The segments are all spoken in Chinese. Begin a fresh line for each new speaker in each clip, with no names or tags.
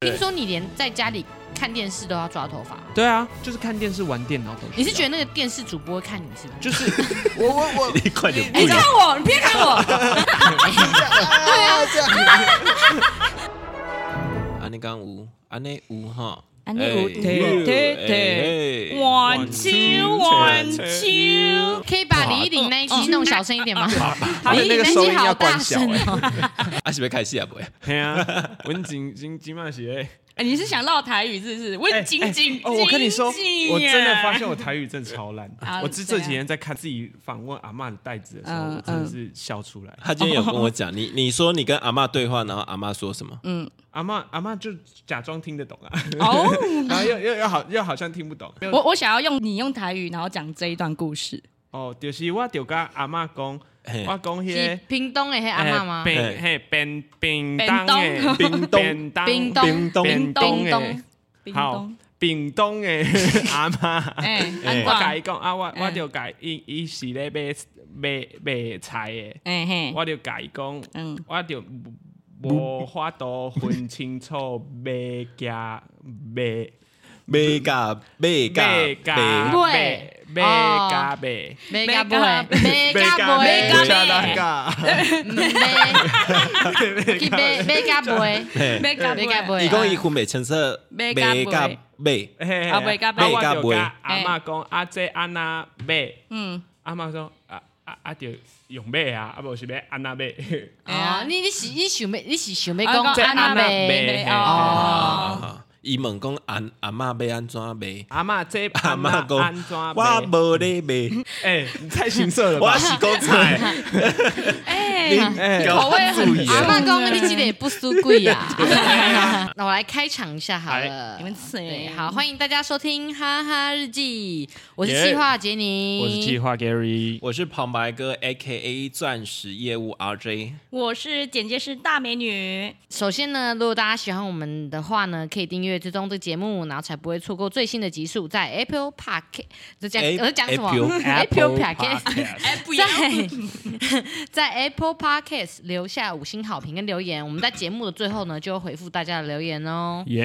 听说你连在家里看电视都要抓头发，
对啊，就是看电视、玩电脑都。
你是觉得那个电视主播会看你是吧？
啊就是
我我我，
你快点
你
不
看
要。
我，你别看 我，
对啊，这样
安尼讲有，安尼有哎哈。
安尼有对
对
对
晚秋晚秋，
可以把李依林那一集弄小声一点吗？
他
李
的
依林
那个
那
收
一集
音要
嗯好
关
大
小哎
声 哦，
啊是要开始啊不会？
嘿啊，文景景景曼鞋。
哎，你是想唠台语是不是？问紧紧
哦，我跟你说，
紧
啊
我真的发现我台语真的超烂
啊。
我这这几天在看自己访问阿嬷的袋子的时候，
嗯
我真的是笑出来。
他今天有跟我讲，你你说你跟阿嬷对话，然后阿嬷说什么？
嗯
阿嬷阿嬷就假装听得懂 啊，
哦，
然后又又又好又好像听不懂。
我我想要用你用台语，然后讲这一段故事。
哦，就是我就跟阿嬷讲，
嘿
我讲
是
迄
屏东的那阿嬷吗？
冰嘿冰冰当诶，
冰冻
冰当
冰冻
冰冻
冰冻诶，
冰
好
冻，
冰冻诶 阿嬷。
哎，安
我甲
广，
伊讲啊，我
嗯
我就甲伊伊是咧卖卖卖菜诶，
哎嘿，
我就甲伊讲，
嗯，
我就无法度分清楚卖甲卖
贝嘎贝嘎
卖甲
贝
不
卖卖
哦
甲卖
没干不会，没
卖
干不
卖
会，
卖甲
没，去没没干不会，
嘿
没
没干不会。
伊讲伊分袂清楚，
买甲
袂甲袂，
嘿
啊卖甲卖
我
卖甲
就
卖
甲阿嬷讲，啊这安那卖，
嗯，
阿嬷说啊啊啊就用卖啊，啊无是要安那卖，
啊，你你是你想要你是想要
啊
讲
讲
安娜
安娜
贝？
嘿
哦，
啊伊问讲阿阿嬷要安怎卖？
阿嬷这
阿嬷
嬷安怎
讲，
卖
我无咧 卖，
哎，你太情色了吧
我？是讲菜，
哎，
哎
搞
口味很
注意
阿
啊
妈讲你这个也不输贵呀。 那我来开场一下好了。
你们吃
对，好，欢迎大家收听《哈哈日记》，我是
Yeah
计划杰尼，
我是计划 Gary，
我是旁白哥 A K A 钻石业务 R J，
我是简介是大美女，
首先呢，如果大家喜欢我们的话呢，可以订阅追踪这个节目，然后才不会错过最新的集数。在 Apple Park，这讲
A-
我在讲什么
Apple-
Park，
哎，不要，
在 在 Apple Podcast 留下五星好评跟留言，我们在节目的最后呢，就会回复大家的留言哦。
耶，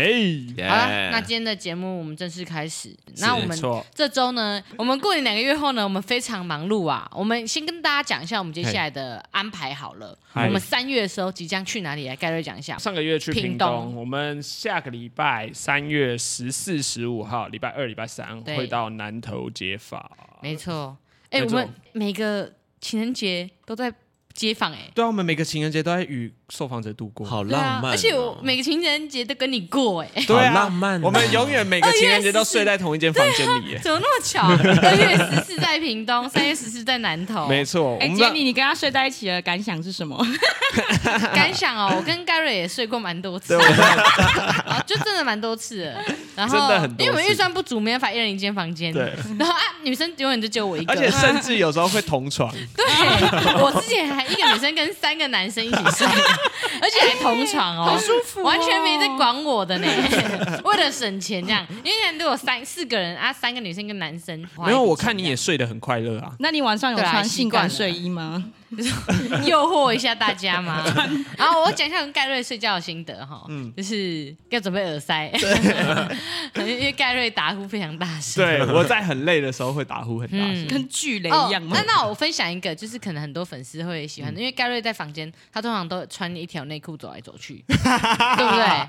好了，那今天的节目我们正式开始。那我
哎没
们
错，
这周呢，我们过年两个月后呢，我们非常忙碌啊。我们先跟大家讲一下我们接下来的安排好了。我
嗨
们三月的时候即将去哪里？来，盖瑞讲一下。
上个月去
屏
屏
东
东，我们下个礼拜三月十四、十五号，礼拜二、礼拜三
对
会到南投解法。
没错，哎、
没
我
错
们每个情人节都在街访哎、
对啊，我们每个情人节都在与受访者度过，
好
对啊
浪，漫哦，
而且我每个情人节都跟你过哎、
对啊，
好浪漫哦
我们永远每个情人节都睡在同一间房间 里耶。
怎么那么巧？二月十四在屏东，三月十四在南投。
没错，我
哎，
们
杰
在
尼，你跟他睡在一起的感想是什么？
感想哦，我跟盖瑞也睡过蛮多次， 啊就真的蛮多次的。然后
真的很多次
因为我们预算不足，没办法一人一间房间。
对。
然后啊，女生永远就只有我一个。
而且甚至有时候会同 床，
对，我之前还一个女生跟三个男生一起 睡，而且还同床哦，好舒服、完全没在管我的呢。 为了省钱这样，因为现在都有三四个人啊，三个女生跟男生。
没有，我
啊
看你也睡得很快乐啊。
那你晚上有
对啊
穿
习
性
惯
感
了
睡衣吗？
诱惑一下大家嘛。 然后我讲一下跟盖瑞睡觉的心得哈，
嗯
就是要准备耳 塞，因为盖瑞打呼非常大声。
对，我在很累的时候会打呼很大声。
跟巨雷
哦
一样，吗
那？那我分享一个，就是可能很多粉丝会喜欢
嗯
的，因为盖瑞在房间，他通常都穿一条内裤走来走去， 对不对？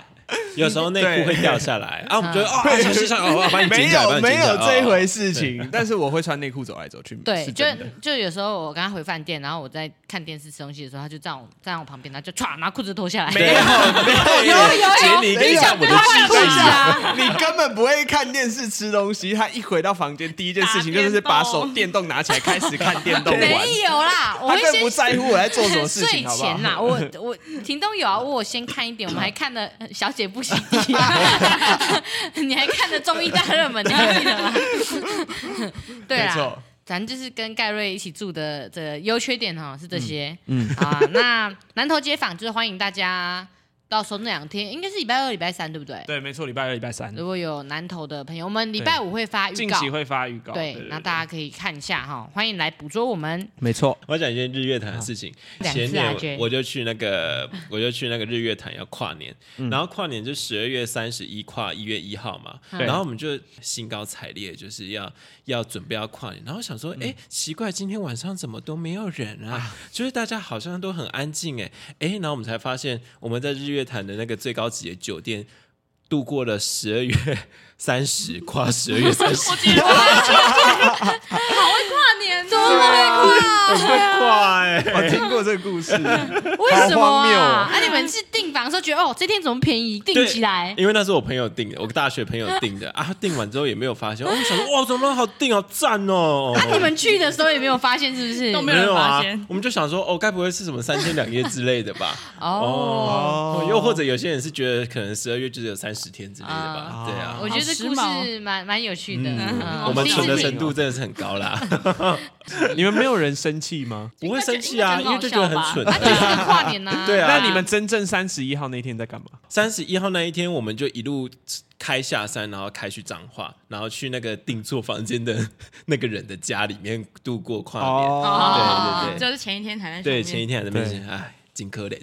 有时候内裤会掉下
嗯
来啊，我们觉得哦，小心上，我把你
没
捡起来，
有
把你捡
没
起来
有这一。
哦
回事情，但是我会穿内裤走来走去，
对，
是
就
真的。
就有时候我跟他回饭店，然后我在看电视吃东西的时候，他就站我站我旁边，他就歘拿裤子脱下来，
没有，
有有有，杰尼跟一下我的
换裤是啊，
你根本不会看电视吃东西，他一回到房间第一件事情就是把手电动拿起来开始看电动玩。
没有啦，我
他
会
更
先
不在乎我在做什么事
睡
情，好不好
前？ 啦，我我婷东有啊，我先看一点，我们还看了《小姐不洗地》啊，你 还看了综艺大热门，你还记得吗？对
没
啊
错，
咱就是跟盖瑞一起住的的优缺点哈是这些，嗯啊，那南头街坊就是欢迎大家，到时候那两天应该是礼拜二、礼拜三，对不对？
对，没错，礼拜二、礼拜三
如果有南头的朋友，我们礼拜五会发预
近
告
期，会发预告。
对，那大家可以看一下哈，欢迎来捕捉我们。
没错，
我要讲一件日月潭的事情。
两次啊
前
Jay
年我就去那个， 我就去那个日月潭要跨年，然后跨年就十二月三十一跨一月一号嘛，
嗯
然后我们就兴高采烈，就是要要准备要跨年。然后想说，哎、奇怪，今天晚上怎么都没有人啊？就是大家好像都很安静，哎哎，然后我们才发现我们在日月潭的那个最高级的酒店。度过了十二月三十，跨十二月三 十，
跨年多么会跨，
跨哎、
我听过这个故事。
为什么
好荒谬
啊
哦？
啊，你们是订房的时候觉得哦，这天怎么便宜，订
对
起来。
因为那是我朋友订的，我大学朋友订的啊。订完之后也没有发现，哦我想说哇，怎么那么好订，好赞哦！
啊，你们去的时候也没有发现是不是？
都没
没
有人
有
发
啊
现？
我们就想说，哦，该不会是什么三天两夜之类的吧？
哦。
哦，又或者有些人是觉得可能十二月就只有三十天之类的吧？对啊，
我觉得这故
好时
事蛮蛮有趣的，嗯
我们
第一次
蠢的
听
程度真的是很高啦，
你们没有人生气吗？
不会生气啊，因为就觉得很蠢
啊，就。 是个跨年呐。
对啊
那你们真正三十一号那天在干嘛？
三十一号那一天，我们就一路开下山，然后开去彰化，然后去那个订做房间的 那个人的家里面度过跨年。
哦
对对对
就是前一天才在
对，
上
前
面
一天还在那边想，哎，真可怜，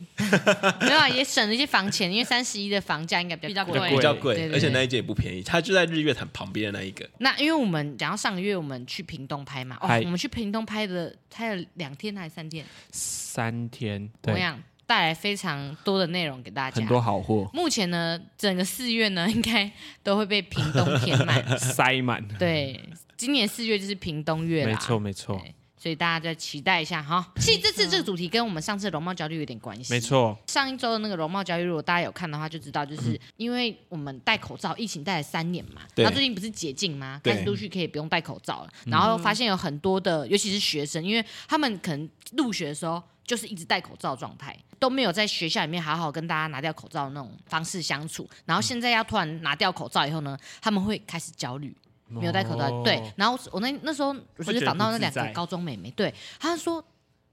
没有啊也省了一些房钱，因为三十一的房价应该比较
比较
比
贵
贵。
较
对
贵，
对
而且那一间也不便宜，它就在日月潭旁边的那一个。
那因为我们讲到上个月我们去屏东拍嘛，哦
嗨，
我们去屏东拍的拍了两天还是三天，
三天，
同，样带来非常多的内容给大家。
很多好货
目前呢，整个四月呢，应该都会被屏东填满。
塞满，
对，今年四月就是屏东月啦，
没错没错
对所以大家再期待一下哈。其实这次这个主题跟我们上次的容貌焦虑有点关系。
没。错，
上一周的那个容貌焦虑，如果大家有看的话，就知道，就是因为我们戴口罩，疫情戴了三年嘛，
嗯对
然后最近不是解禁吗？
对嗯
开始陆续可以不用戴口罩了，然后发现有很多的，尤其是学生，因为他们可能入学的时候就是一直戴口罩状态，都没有在学校里面好好跟大家拿掉口罩的那种方式相处，然后现在要突然拿掉口罩以后呢，他们会开始焦虑。没有戴口罩，
哦
对。然后我那那时候我
觉
就
得
访到那
不自
两个
在
高中妹妹，对，她说，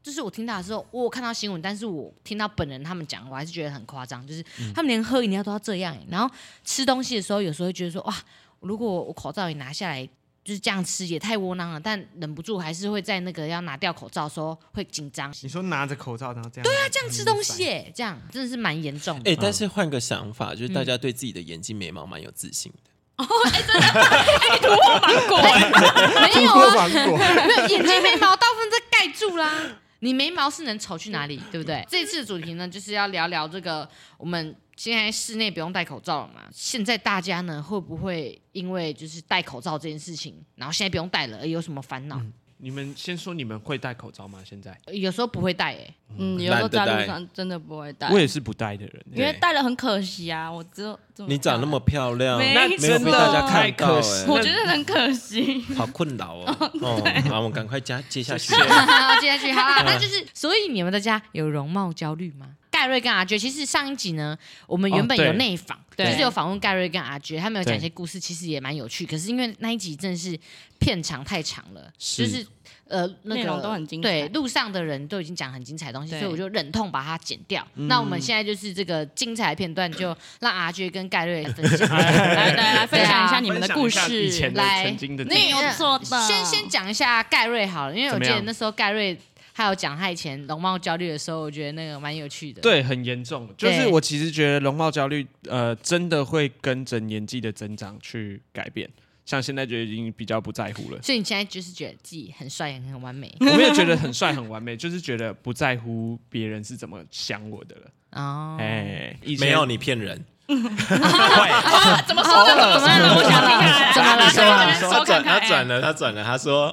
就是我听到的时候，我有看到新闻，但是我听到本人他们讲，我还是觉得很夸张，就是
嗯
他们连喝饮料都要这样、欸然后吃东西的时候，有时候会觉得说，哇，如果我口罩也拿下来。就是这样吃也太窝囊了，但忍不住还是会在那个要拿掉口罩的时候会紧张。
你说拿着口罩，然后这样？对啊，
这样吃东西、耶，这样真的是蛮严重的。
哎，但是换个想法，就是大家对自己的眼睛眉毛蛮有自信的。
哎
没有
过
啊，
芒果，
没有眼睛眉毛大部分在盖住啦。你眉毛是能丑去哪里，对不对？这次的主题呢，就是要聊聊这个我们。现在室内不用戴口罩了嘛？现在大家呢会不会因为就是戴口罩这件事情，然后现在不用戴了，而有什么烦恼？
你们先说你们会戴口罩吗？现在
有时候不会戴欸诶、
嗯，有时候在路上真的不会戴，
呃
我也是不戴的人，
因为戴了很可惜啊。我只有这么
嗯
你长那么漂亮，
没
那没有被大家看
太
到，
可
哎
惜，
我觉得很可惜。
好困扰哦。哦，好，我们赶快加接下去。
好，接下去好啦，那就是，所以你们在家有容貌焦虑吗？盖瑞跟阿娟，其实上一集呢，我们原本
哦对
有内访，
对
就是有访问盖瑞跟阿娟，他们有讲一
对
些故事，其实也蛮有趣。可是因为那一集真的是片长太长了，
是
就是呃那
内
个
容都很精彩
对，路上的人都已经讲很精彩的东西，
对
所以我就忍痛把它剪掉。那我们现在就是这个精彩的片段，就让阿娟跟盖瑞来分享。
来
来
来来，分享一下你们的故
分享一下以
事
前。的
来，
曾经的
那
没有错的
先先讲一下盖瑞好了，因为我
怎么
记
样
得那时候盖瑞他有讲他以前容貌焦虑的时候，我觉得那个蛮有趣的。，
对，很严重。就
对，
是我其实觉得容貌焦虑，呃，真的会跟着年纪的增长去改变。像现在就已经比较不在乎了
所以你现在就是觉得自己很帅，很很完美
我没有觉得很帅很完美，就是觉得不在乎别人是怎么想我的了。
哦。
哎、以前
没有，你骗人，
啊怎么说？怎么怎么了？我想听啊！
怎么了怎么了
来
他
说看
转，
看
他转了，他转了，他说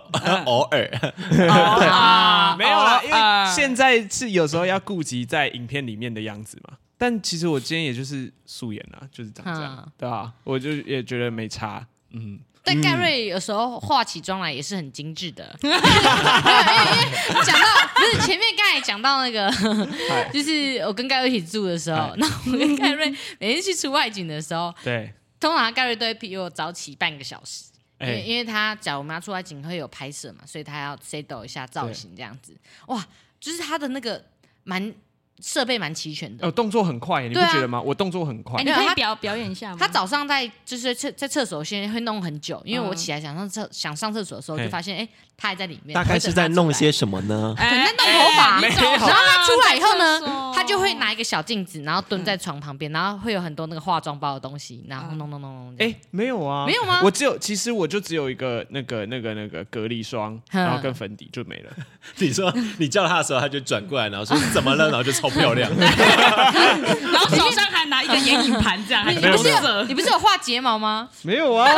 偶尔，
啊
没有啦，因为
啊
现在是有时候要顾及在影片里面的样子嘛。但其实我今天也就是素颜啊，就是长这样
嗯，
对啊，我就也觉得没差，嗯，
但盖瑞有时候化起妆来也是很精致的， 没有因为因为讲到不是前面刚才讲到那个，
嗨
就是我跟盖瑞一起住的时候
嗨，
那我跟盖瑞每次去出外景的时候，
对，
通常盖瑞都会比我早起半个小时，因为
哎，
因为他假如我们要出外景会有拍摄嘛，所以他要 settle 一下造型这样子。哇，就是他的那个蛮设备蛮齐全的
哦，。动作很快耶，你不
对啊
觉得吗？我动作很快
哎，
没
你
有
可
他
以表表演一下吗？
他早上在就是厕在厕所先会弄很久，因为我起来想上厕想上厕所的时候，
嗯嘿
就发现哎、他还在里面，
大概是在弄些
我
什么呢？
哎
可能在
哎
弄头发
没有
然后他啊出来以
在
后
厕
呢
所，
他就会拿一个小镜子，然后蹲
嗯
在床旁边，然后会有很多那个化妆包的东西，然后弄弄弄弄弄。
哎、没有啊，
没有吗
我只有，其实我就只有一个那个、那个、那个隔离霜，
哼
然后跟粉底就没 了。
你说你叫他的时候，他就转过来，然后说怎么了？然后就超漂亮。
然后手上还拿一个眼影盘， 这样还
你
留
不是有
着
你。不是有画睫毛吗？
没有 啊，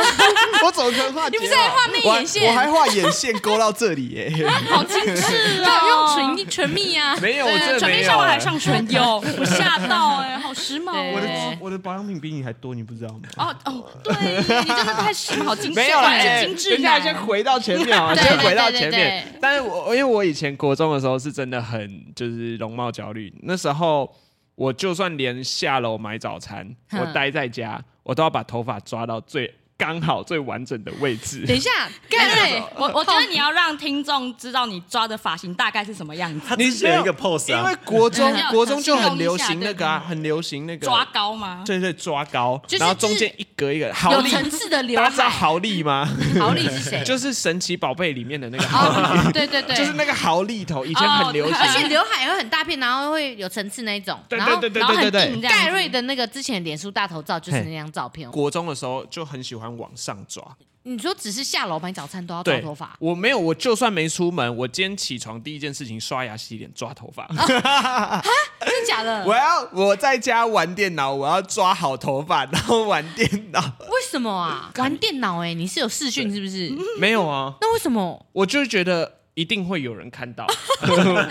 我怎么可能画睫毛？你不是还
画内眼线
我还画眼线勾到这里耶、
好精致
哦
用唇唇蜜啊，
没有，我真的
唇
没
边
有
上我
啊、
还上唇釉，我吓到哎，好时髦
对
我
哦！
的我的保养品比你还多，你不知道吗？
哦哦，对你真的太时髦，好精致，
没有啦，
是
哎
精致
等一下
感。
先回到前面啊，
对
先回到前
对对
面
对对。
但是我因为我以前国中的时候是真的很就是容貌焦虑，那时候我就算连下楼买早餐，
哼
我待在家，我都要把头发抓到最刚好最完整的 位置。
等一下，盖瑞，
我我觉得你要让听众知道你抓的发型大概是什么样子，
他只选一个 pose
因为
啊，
国中
嗯
国中就很流
形
行
容一下
那个啊，
对
很流行那个
抓，高吗？
对对，抓高
就，是
然后中间一格一格豪
有
利，
层次的刘
大家知
海，
道豪利吗？
豪利是谁？
就是神奇宝贝里面的那个豪利，
哦，对对对，
就是那个豪利头，以前很流
哦
行，
而且刘海会很大片，然后会有层次那一种。
对
然后
对对对
然后
对
很
对
硬
对。
这样子。
盖瑞的那个之前脸书大头照就是那张照片。
国中的时候就很喜欢往上抓，
你说只是下楼买早餐都要抓
对
头发，
我没有，我就算没出门，我今天起床第一件事情刷牙洗脸抓头发。
真假的？
我要我在家玩电脑，我要抓好头发，然后玩电脑。
为什么啊？玩电脑哎，你是有视讯是不是？
没有啊，
那为什么？
我就觉得一定会有 人看到，
怎么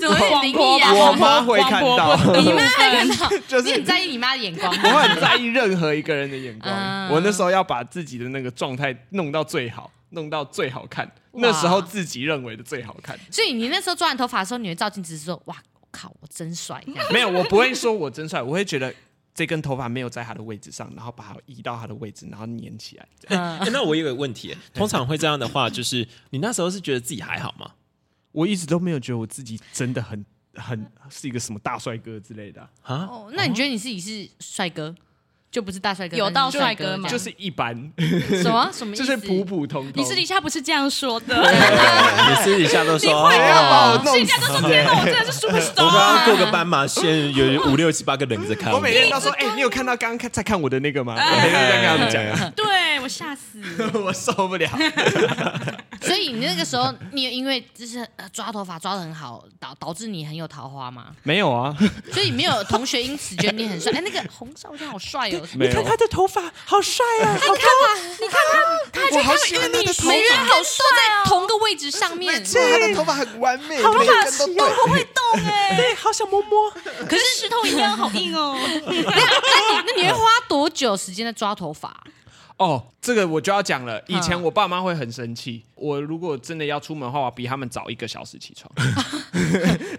有点灵异啊？
我妈会看到，
你妈还看 到，
就是
你很在意你妈的眼光。
我很在意任何一个人的眼光。
嗯
我那时候要把自己的那个状态弄到最好，弄到最好看，
哇
那时候自己认为的最好看。
所以你那时候抓完头发的时候，你会照镜子说：“哇，我靠，我真帅！”这样
没有，我不会说我真帅，我会觉得这根头发没有在他的位置上，然后把它移到他的位置，然后粘起来。这样
诶那我有个问题，通常会这样的话，就是你那时候是觉得自己还好吗？
我一直都没有觉得我自己真的很很是一个什么大帅哥之类的啊、
啊，
哦，那你觉得你自己是帅哥，就不是大帅哥，
有到
但是帅哥
帅哥吗
这样
就是一般，
什么什么意
就
思？
是普普通通。
你私底下不是这样说的，
你私底下都说，
不要
哦
把我
啊
弄死！
天哪，我真的是
我
superstar
刚刚
啊。
过个斑马线，有五六七八个人在 看
我
我。
每天都说，哎、你有看到刚刚看在看我的那个 吗？我每天都在跟他们讲
对我吓死，
啊，我受不了。
所以你那个时候， 你有因为就是呃抓头发抓的很好，导导致你很有桃花嘛？
没有啊，
所以没有同学因此觉得你很帅。哎，那个洪少天好帅哦！
没 有。啊
的头发好帅啊！
我好喜欢他的头
每个人
发，
好哦都在同个位置上面，
哇他的头发很完美，每一根都对。
会动哎，对，好想摸摸，
可是石头
一样好硬哦。
那你那你会花多久时间在抓头发？
哦，这个我就要讲了。以前
嗯
我爸妈会很生气，我如果真的要出门的话，我比他们早一个小时起床。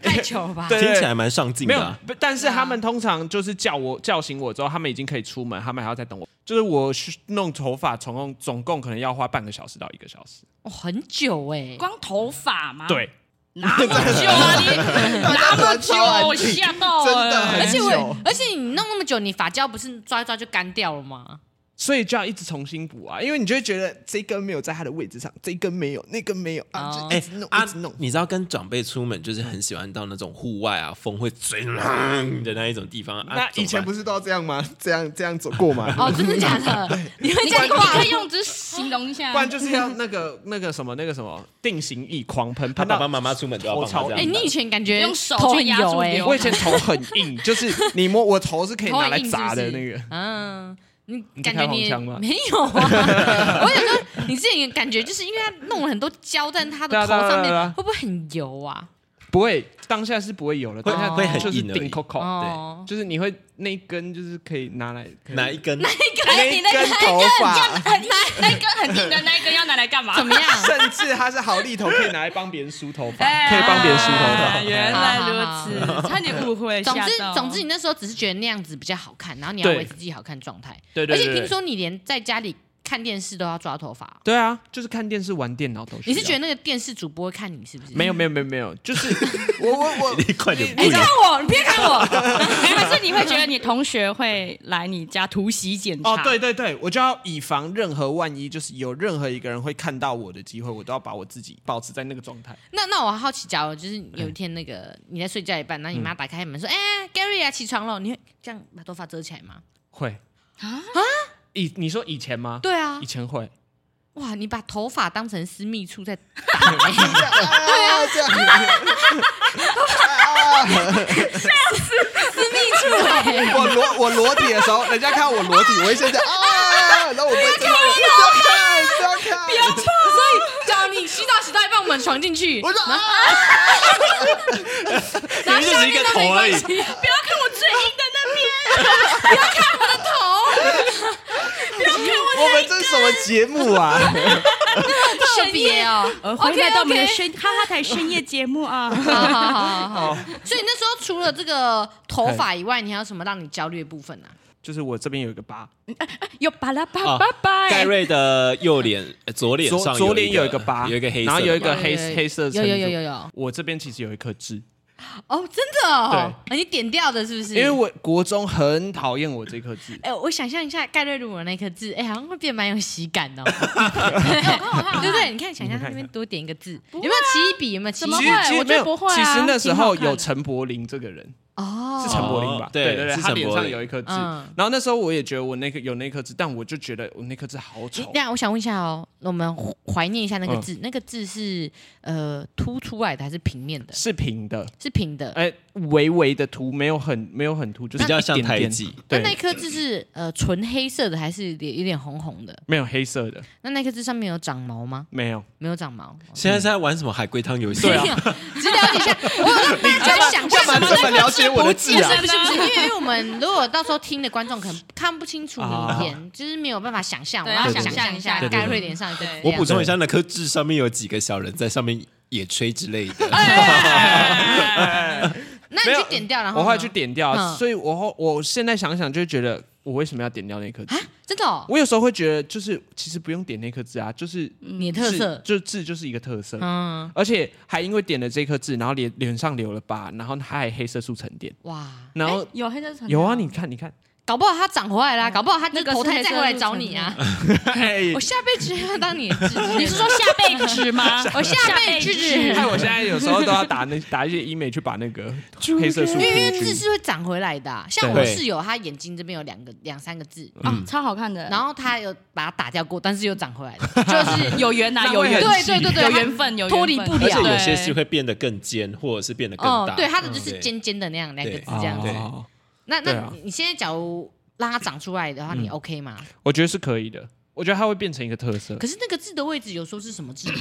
太久了吧？
对
听起来蛮上进
没
的
有
啊。，
不但是他们通常就是叫我叫醒我之后，他们已经可以出门，他们还要再等我。就是我去弄头发，总共总共可能要花半个小时到一个小时。
哦很久哎，
光头发吗？，
对，
哪么久啊你？哪么久？啊我吓到
真的
了。
很
而且我
久，
而且你弄那么久，你发胶不是抓一抓就干掉了吗？
所以就要一直重新补啊，因为你就会觉得
这根没有在他的位置上，这根没有，那根没有啊，
哦
就一
哎
直弄，
啊
一直弄，。
你知道跟长辈出门就是很喜欢到那种户外啊，风会吹的那一种地方啊。
那以
以前
怎么
不是都要这样吗？ 这样这样走过吗？
哦，真的假的？你会
你
这
可以
样
你
画
可？以用只形容一下，
不然就是要那个那个什么那个什么定型液狂喷喷
办他爸爸
到。
妈妈出门都要帮他这样打。
哎、你以前感觉
用手
头
去
很
压
油
住
哎、
流
我以前头很硬，就是你摸我头是可以拿来砸的
头很
那
硬
个。
嗯，你
你在
感觉
开黄
你
腔吗
没有啊？ 我想说，你之前感觉就是因为他弄了很多胶在他的
对啊
头
对
上
啊对啊对
面，
啊
会不会很油啊？
不会，当下是不会有了，
会
当下
会很
就是
硬而已
顶 Coco，
哦，
就是你会那一根就是可以拿来可以
啊哪一根？
那一根头发，
那一根很硬的那一根要拿来干嘛？
怎么样？
甚至它是好利头，可以拿来帮别人梳头发，
哎
可以帮别人梳头 发。
原来如此，差点误会。
总之
吓，到啊
总 之，你那时候只是觉得那样子比较好看，然后你要
对
维持自己好看状态。
对
而
对对
且
对
听说你连在家里看电视都要抓头发哦，
对啊，就是看电视、玩电脑都需
你
要
是觉得那个电视主播会看你是不是？
没有没有没有没有，就是
我我我
你快点
哎，
不
你
理
看我，你别看我，
还是你会觉得你同学会来你家突袭检查？
哦，对，对对，我就要以防任何万一，就是有任何一个人会看到我的机会，我都要把我自己保持在那个状态。
那那我好奇，假如就是有一天那个你在睡觉一半，然后
嗯
你妈打开门说：“哎，Gary 啊，起床了。”你会这样把头发遮起来吗？
会啊以你说以前吗？
对啊
以，前会。
哇，你把头发当成私密处在
对啊，这样，
私密处哎，
我裸我裸体的时候，人家看我裸体，我会先这样啊，然后我不会这样，不要看，不要看，
所以假如你洗澡洗到一半，我们闯进去，
我说啊，
然后
明明就是
下
一
面
个
都没
头而
关
已
系，
不要看我最硬的那边，
我们这是什么节目啊？
特别哦。
呃，欢迎来到我们的深哈哈台深夜节目啊！
好好好好好，所以那时候除了这个头发以外，你还有什么让你焦虑的部分啊呢、
就是我这边有一个疤，
有巴拉巴
啊
巴巴，
盖瑞的右脸、呃左脸
左
上
左脸
有
有一个疤，
有一个黑色的疤，
然后有一个
疤
黑
有有有
黑色的
有
撑
有有
住
有有
我这边其实有一颗痣，
哦，真的哦，啊你点掉的是不是？
因为我国中很讨厌我这颗痣，
哎、我想象一下盖瑞鲁的那颗痣，哎、好像会变蛮有喜感的、 哦，对
对
不
不对？
对？啊你看，想象
看
那边
看
多点一个痣，有没有起一笔？有没有起一
怎么
笔
其实
会
其
我觉
实
得
没有，
不会啊
其实那时候
挺好看
有
的
陈柏霖这个人，
哦，
是陈柏霖吧
哦？对
对
是
他
陈
脸
柏
上
霖
有一颗痣。
嗯
然后那时候我也觉得我那个有那颗痣，但我就觉得我那颗痣好
诶
丑嗯
那、，我想问一下哦，我们怀念一下那个痣，那个痣是呃凸出来的还是平面的？
是平的，
是平的。
哎，微微的凸，没有很没有很凸，就是
比较像
一点
胎
点
记。
那
对，
那颗痣是呃纯黑色的，还是有点有点红红的？
没有黑色的，
那那颗痣上面有长毛吗？
没有。
没有长 毛。
现在是在玩什么海龟汤游戏？
对啊
没有，只了解一下。我有在在想
干嘛
象
这么了解我的字
不
啊？
是不是不是，因为因为我们如果到时候听的观众可能看不清楚影
啊
片，就是没有办法想象，我
对
要
对
想
对
象一下
对
对
盖瑞脸上一个字
对
这
我
样
补充一下，那颗痣上面有几个小人在上面野炊之类 的。
那你
没有
去点掉，然后
我后来
呢
去点掉，
嗯
所以我后我现在想想就觉得，我为什么要点掉那颗痣？啊
真的哦，
我有时候会觉得，就是其实不用点那颗痣啊，就是
你嗯的特
痣
色，
就痣就是一个特色，
嗯，
而且还因为点了这颗痣，然后脸脸上留了疤，然后它还黑色素沉淀，
哇，
然后
哎有黑色层
有啊，你看你看，
搞不好他长回来啦，搞不好他就
那个
投
是
胎
黑
再
色
回来
素
找
沉
你
淀
啊，
哎
我下辈子要当你的痣之类的，
你是 说下背痣吗？哦
我下辈子痣？
害我现在有时候都要打那打一些医美去把那个黑色素
因为因
平
为痣
均。
是会长回来的啊、像我
对
室友，他眼睛这边有两个两三个痣，
啊，超好看的，
然后他有把它打掉过，但是又长回来了，就是
有缘呐，
那
有
会
缘，
很
对对对对
有缘分，有缘分
脱离不了
而且有些
对
是会变得更尖，或者是变得更
哦
大。，
对，他的就是
嗯
尖尖的那样两个
对
痣这样子。
对
哦
那
对
那
啊
你现在假如让它长出来的话，你 OK 吗？
我觉得是可以的，我觉得它会变成一个特色。
可是那个痣的位置有说是什么痣吗？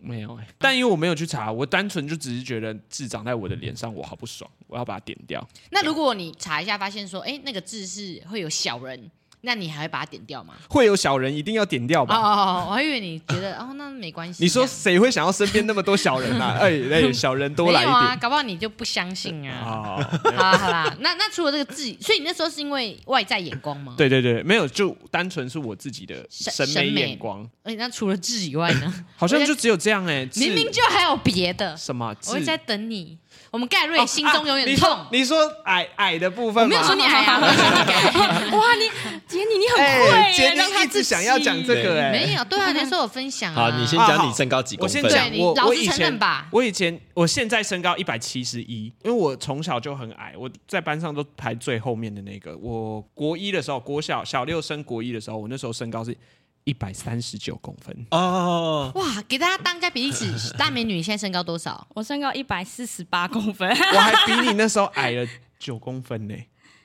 没有、欸，但因为我没有去查，我单纯就只是觉得痣长在我的脸上，我好不爽，我要把它点掉。
那如果你查一下发现说，哎，那个痣是会有小人，那你还会把它点掉吗？
会有小人一定要点掉
哦啊
吧？
哦哦，我还以为你觉得哦，那没关系。
你说
这样
谁会想要身边那么多小人 啊？哎哎，小人多来
没
一
有啊？
点
搞不好你就不相信啊。
啊！
哦
好啦好啦，那那除了这个痣，所以你那时候是因为外在眼光吗？。
对对对，没有，就单纯是我自己的
审
审
审
美
美
眼光，
哎，那除了痣以外呢？
好像就只有这样哎、痣
明明就还有别的。
什么哦啊
我一直
痣
在等你。我们盖瑞心中永
你
远痛。
说你说矮矮的部
我
分
没
吗
有？说你矮啊，我没有说你盖瑞。
哇，你杰尼你很
哎，
会
杰
耶，
尼
让他
一
自
直
己
想要讲这
欸
个
没
哎，
有，对啊，那时候有分享啊。
好，你先
啊
讲
好
你身高几公
我
分
先
啊？
讲
对，你
我
老
我
实
以
承认
前
吧
我以前我现在身高一百七十一，因为我从小就很矮，我在班上都排最后面的那个。我国一的时候，国小小六升国一的时候，我那时候身高是一百三十九公分，
哦，
哇，给大家当家比例尺，大美女现在身高多 少？
我身高一百四十八公分，
我还比你那时候矮了九公分呢、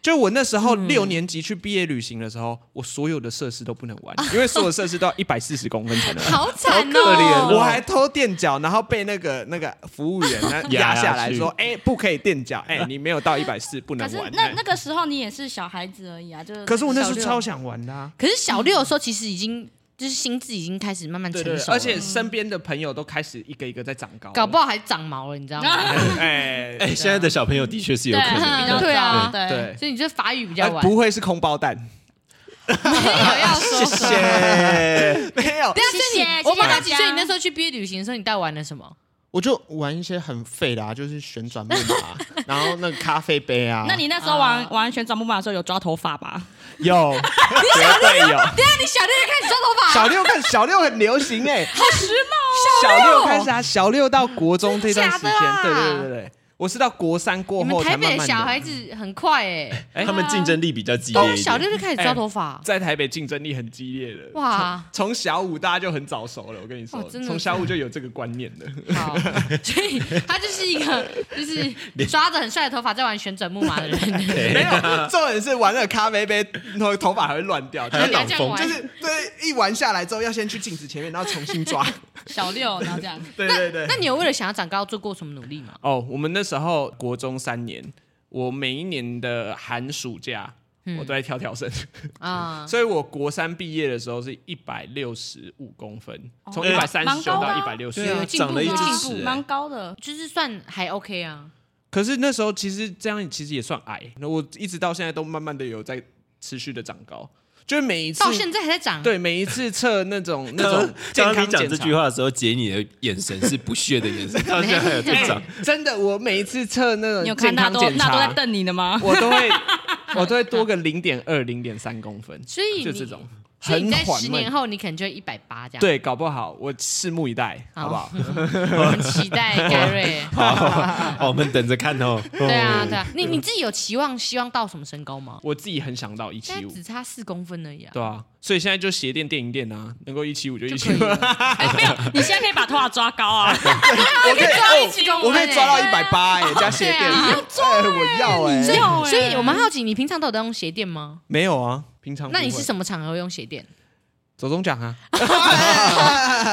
就我那时候
嗯
六年级去毕业旅行的时候，我所有的设施都不能玩，因为所有设施都要一百四十公分才能玩。
好惨哦，
可怜哦
我还偷垫脚，然后被那个那个服务员 呢
压
压
下
下来
去
说：“哎、不可以垫脚，哎、你没有到一百四不能
可是
玩。
那
哎
那个时候你也是小孩子而已啊，就是。
可是我那时候
小六
超想玩的、啊，
可是小六的时候，其实已经就是心智已经开始慢慢成
对
熟了，
对对，而且身边的朋友都开始一个一个在长高了，
搞不好还长毛了，你知道吗？
哎
哎，现在的小朋友的确是有可能的。
对啊
对
对，
所以你这法语比较
哎
晚，
不会是空包蛋，
没有要说
谢
什么。
谢。
没有
对，啊，所以
谢谢
你我问他
谢谢
几岁？你那时候去毕业旅行的时候，你到底玩了什么？
我就玩一些很废的啊，就是旋转木马，然后那个咖啡杯啊。
那你那时候玩玩旋转木马的时候有抓头发吧？
有？
绝对有。
对啊，你小六就开始抓头发，
小六看小六很流行哎、
小六开始啊，小六到国中这段时
真的
间
哦假，
对
的啊
对对对对，我是到国三过
你
后
们
才
台
慢
北的
慢
小孩
的。
子很快哎，
他们竞争力比较激烈
从
一
小
点。
六就哎开始抓头发，
在台北竞争力很激烈的，
哇，
从小五大家就很早熟了。我跟你说
哦，真的
从小五就有这个观念 的。
好，所以他就是一个就是抓着很帅的头发在玩旋转木马的 人。
没有，重点是玩了咖啡杯，然后头发还会乱掉，就
还
是
有挡
这样
风
玩，
就是对，一玩下来之后要先去镜子前面，然后重新 抓。
小六，然后这样，
对对对。
那你有为了想要长高做过什么努力吗？
哦，我们那时候国中三年，我每一年的寒暑假，我都在跳跳绳，
啊，
所以我国三毕业的时候是一百六十五公分，从
哎
一百三十
蛮
九
高的
到
啊
一百六十
对。啊，
进步
长了一只
进
尺。哎
蛮高的。
就是算还 OK 啊。
可是那时候其实这样其实也算矮，那我一直到现在都慢慢的有在持续的长高，就是每一次
到现在还在长。
对每一次测那 种那
刚
种健
刚
康
你讲
检
这
查
句。话的时候，姐你的眼神是不屑的眼神，到现在还有在长。
哎真的，我每一次测那
你
种
有看
健
大
康
都
检
大都在
查，
瞪你的吗？
我 都会我都会多个零点二、零点三公分，
所以
就
你
这种
所以你
很
在
缓
十年
慢。
后，你可能就一百八这样。，
对，搞不好我拭目以待，
好
好不好？
我们期 待盖瑞。
好， 好，我们等着看哦。
对啊，对啊，你你自己有期望，希望到什么身高吗？
我自己很想到一
现
七
在
五，
只差四公分而已啊。
对啊，所以现在就鞋垫、电影店啊，能够一七五就一
就
七
可以
五。
了，
哎，没有，你现在可以把头发抓高啊！
我可以
抓
哦
一七公分
我可以抓到
欸
一百八哎，加鞋垫。
对啊
哎、我要哎、
所以
要欸
所以我蛮好奇，你平常都有在用鞋垫吗？
没有啊，平常
那你是
么？
什么场合用鞋 垫
走中奖啊？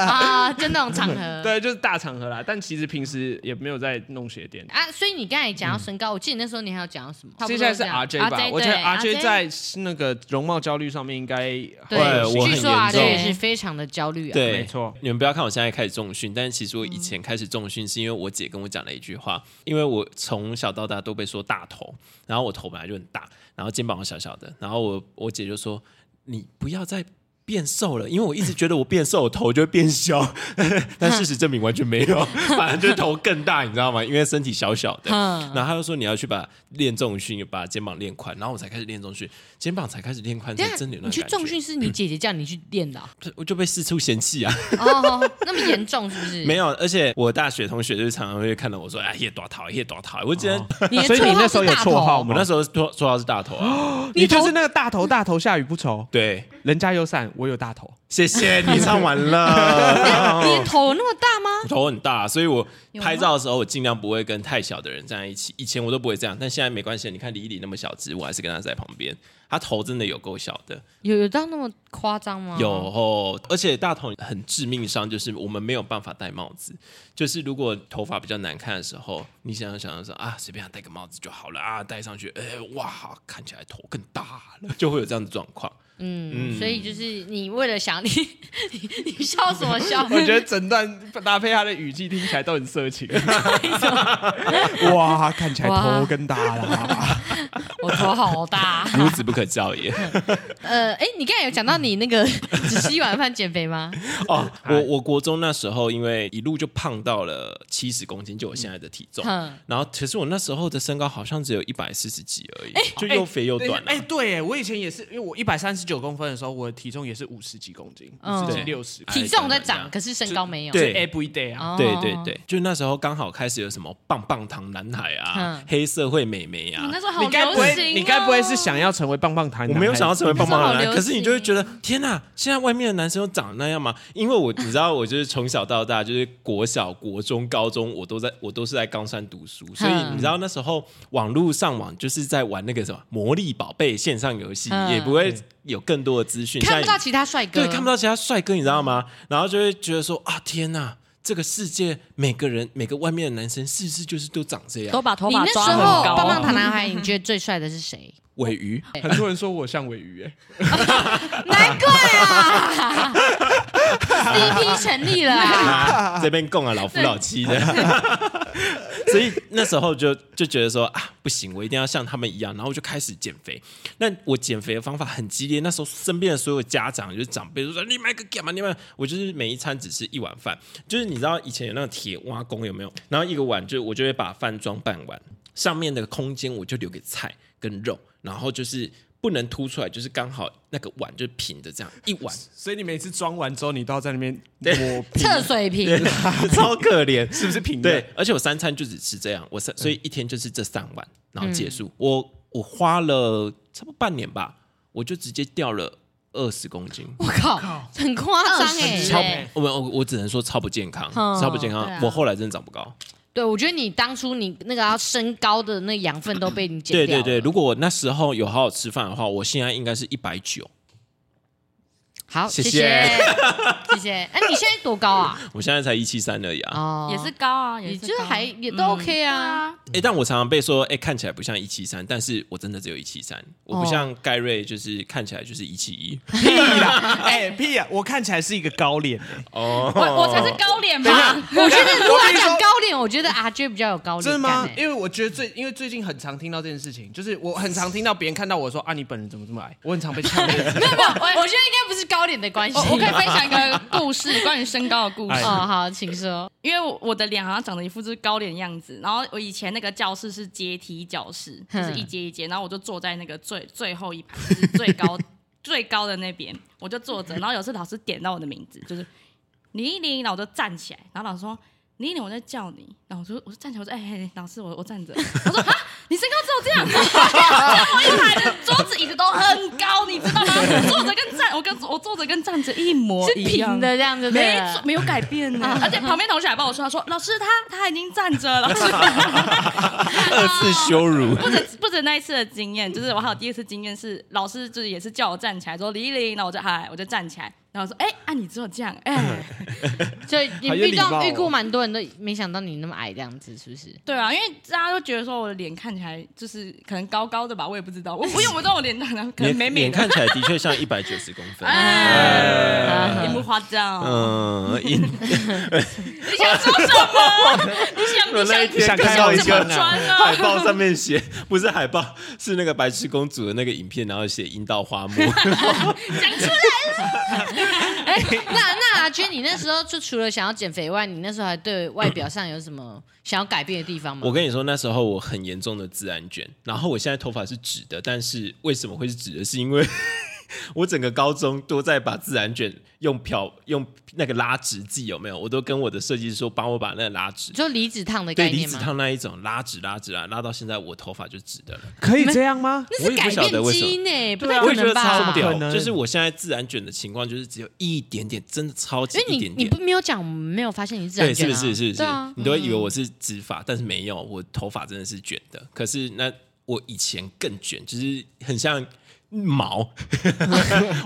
啊？就那种场合。
对，就是大场合啦。但其实平时也没有在弄鞋垫。
啊，所以你刚才讲到身高，我记得你那时候你还有讲到什么？
接嗯下来是 RJ 吧
RJ
我觉得
对
RJ 在那个容貌焦虑上面应该
对
喂我，很
据说
严
RJ
重
也是非常的焦虑啊。
对，
没错。
你们不要看我现在开始重训，但其实我以前开始重训是因为我姐跟我讲了一句话，因为我从小到大都被说大头，然后我头本来就很大，然后肩膀又小小的，然后我我姐就说你不要再。变瘦了，因为我一直觉得我变瘦，我头就会 变小， 但事实证明完全没有，反而就是头更大，你知道吗？因为身体小小的，
嗯
然后她就说你要去把练重训，把肩膀练宽，然后我才开始练重训，肩膀才开始练宽，
等一
才
下
真的有那
你去
感
重
觉
训，是你姐姐叫你去练 的啊
我就被四处嫌弃啊。
哦，那么严重是不是？
没
有，
有，而且我大学同学就常常会看到我说：“哎，叶多桃，叶多桃。”我觉得
你的
啊所以你那时候有
绰号是大
绰号
头
我
吗
那？时候说说他是大头啊，
你就是那个大头，大头下雨不 愁，
对，
人家有伞，我有大 头。
谢谢你唱完 了。
你的头那么大吗？
我头很大，所以我拍照的时候我尽量不会跟太小的人站在一起。以前我都不会这样，但现在没关系。你看李一李那么小只，我还是跟他在旁边。他头真的有够小的，
有有到那么夸张吗？
有哦，而且大头很致命伤，就是我们没有办法戴帽子。就是如果头发比较难看的时候，你想想想说啊，随便戴个帽子就好了啊，戴上去，哎、哇，看起来头更大了，就会有这样的状 况。
嗯，所以就是你为了想你， 你你笑什么笑？
我觉得整段搭配他的语气听起来都很色情。
哇，看起来
哇
头更大了。
我头好大。
孺子不可教 也。
呃，哎，你刚才有讲到你那 个只吃一碗饭减肥吗？
哦，我我国中那时候，因为一路就胖到了七十公斤，就我现在的体重。
嗯
然后，可是我那时候的身高好像只有一百四十几而已，就又肥又
等一下
短、啊。
哎，对，哎我以前也是，因为我一百三十九公分的时候，我的体重也是五十几公斤，
嗯
五十几六十。
体重在长，
哎
可是身高没有。
对
every day 啊，
哦
对对对，就那时候刚好开始有什么棒棒糖男孩啊、
嗯
黑社会美眉啊
你，那时候好
你该
流
不会
行
会你该不会
哦
是想要成为棒棒糖男孩
我
子？
没有想要成为棒棒
这好
男，
流
可是你
行
就会觉得天哪、现在外面的男生都长那样吗？因为我你知道，我就是从小到大，就是国小、国中、高中，我都在我都是在冈山读书，所以
嗯
你知道那时候网络上网就是在玩那个什么魔力宝贝线上游戏，
嗯
也不会有更多的资讯，
看不
现在
到其他帅哥，
对，看不到其他帅哥，你知道吗？然后就会觉得说啊，天哪！这个世界每个人每个外面的男生是不是就是都长这
都
样？
把头
你
发
那
抓
时
很
候
高
棒棒
啊。
糖男孩，你觉得最帅的是谁？
尾鱼，
很多人说我像尾鱼、欸，
难怪 啊，CP 成立了啊，
啊，这边供啊老夫老妻的， 所以那时候就就觉得说啊，不行，我一定要像他们一样，然后我就开始减肥。那我减肥的方法很激烈，那时候身边的所有家长就是长辈都说你买个干嘛？你买，我就是每一餐只吃一碗饭，就是你知道以前有那种铁挖工有没有？然后一个碗就我就会把饭装半碗，上面的空间我就留给菜跟肉，然后就是。不能凸出来，就是刚好那个碗就是平的，这样一碗
所以你每次装完之后，你都要在那边 抹平，
测水平，
超可怜，
是不是平的？
对，而且我三餐就只吃这样，我三所以一天就是这三碗，然后结束。我我花了差不多半年吧，我就直接掉了二十公斤，
我靠，很夸张哎、
超我我我只能说超不健康，
哦
超不健康。
对啊
我后来真的长不高。
对，我觉得你当初你那个要升高的那养分都被你减
对
掉
对
了
对，如果我那时候有好好吃饭的话，我现在应该是一百九，
好，
谢
谢
谢
谢， 谢谢。哎，你现在多高啊？
我现在才一七三而已啊。哎、
哦，
也是，高啊，也
你就
是
是
高嗯
还也都 OK 啊。
但我常常被说，哎、看起来不像一七三，但是我真的只有一七三，我不
哦
像盖瑞，就是看起来就是一 七一。
屁啦，哎、屁呀、我看起来是一个高脸、欸，
哦，
我我才是高脸吧？
我觉得如果讲高脸，我觉得阿娟比较有高脸、
真的吗？
因
因为我觉得最，因为最近很常听到这件事情，就是我很常听到别人看到我说啊，你本人怎么这么矮？我很常被呛这件事。
没有没有，我我觉得应该不是高脸的关系。
我哦我可以分享一个故事，关于身高的故事。
哦，好，请说。
因为我我的脸好像长得一副就是高脸的样子，然后我以前那个教室是阶梯教室，就是一阶一阶，然后我就坐在那个最最后一排，就是最高 最高的那边，我就坐着，然后有次老师点到我的名字，就是李玲，然后我就站起来，然后老师说李玲，我在叫你，然后我就我就站起来，我说哎、嘿老师，我我站着，我说啊，你身高只有这样， 我一排的桌子椅子都很高，你知道吗？坐着跟站，我跟我坐着跟站着一模
是
一样
平的这样子，
没错，没有改变呢。 而且旁边同学还帮我说，他说老师他他已经站 着了。
二次羞辱。
不止不止那一次的经验，就是我还有第二次经验是老师就是也是叫我站起来，说李玲，然后我就嗨，我就站起来，然后说哎、啊你只有这样哎、
嗯
所以你
好有
遇
礼貌
到
哦
遇过蛮多人都没想到你那么矮这样子，是不是？
对啊，因为大家都觉得说我的脸看起来就是可能高高的吧，我也不知道，我我因为我知道我脸长得可
你
能
的
美美
脸
的，
看起来的确像一百九十公分。
哎，也不夸张。
嗯，因
你想说什么？你想
我
你
那一
想
想
天看
你
到
到
想
一
一
怎么
个
个
装啊
海？报上面写，不是海报，是那个白痴公主的那个影片，然后写樱桃 花木。
哎，那那阿娟，你那时候就除了想要减肥外，你那时候还对外表上有什么想要改变的地方吗
我？跟你说，那时候我很严重的自然卷，然后我现在头发是直的，但是为什么会是直的？是因为 我整个高中都在把自然卷用漂用那个拉直剂有没有？我都跟我的设计师说，帮我把那个拉直
你。说离子烫的
对
概
离
念
子
吗？
烫那一种拉直拉直啊，拉到现在我头发就直的了。
可以这样吗？
那是
我也不
改
晓得
变
为什么
基因诶，不太
我
可
也觉
能
得超
吧？啊
屌
啊可，能
就是我现在自然卷的情况，就是只有一点点，真的超级
因为
一
你
点
你
点
不。没有讲，我们没有发现你是自
对，
然
是
卷
不
啊
是？是不是？
对 啊，
你都会以为我是直发，但是没有，我头发真的是卷的。可是那我以前更卷，就是很像 毛，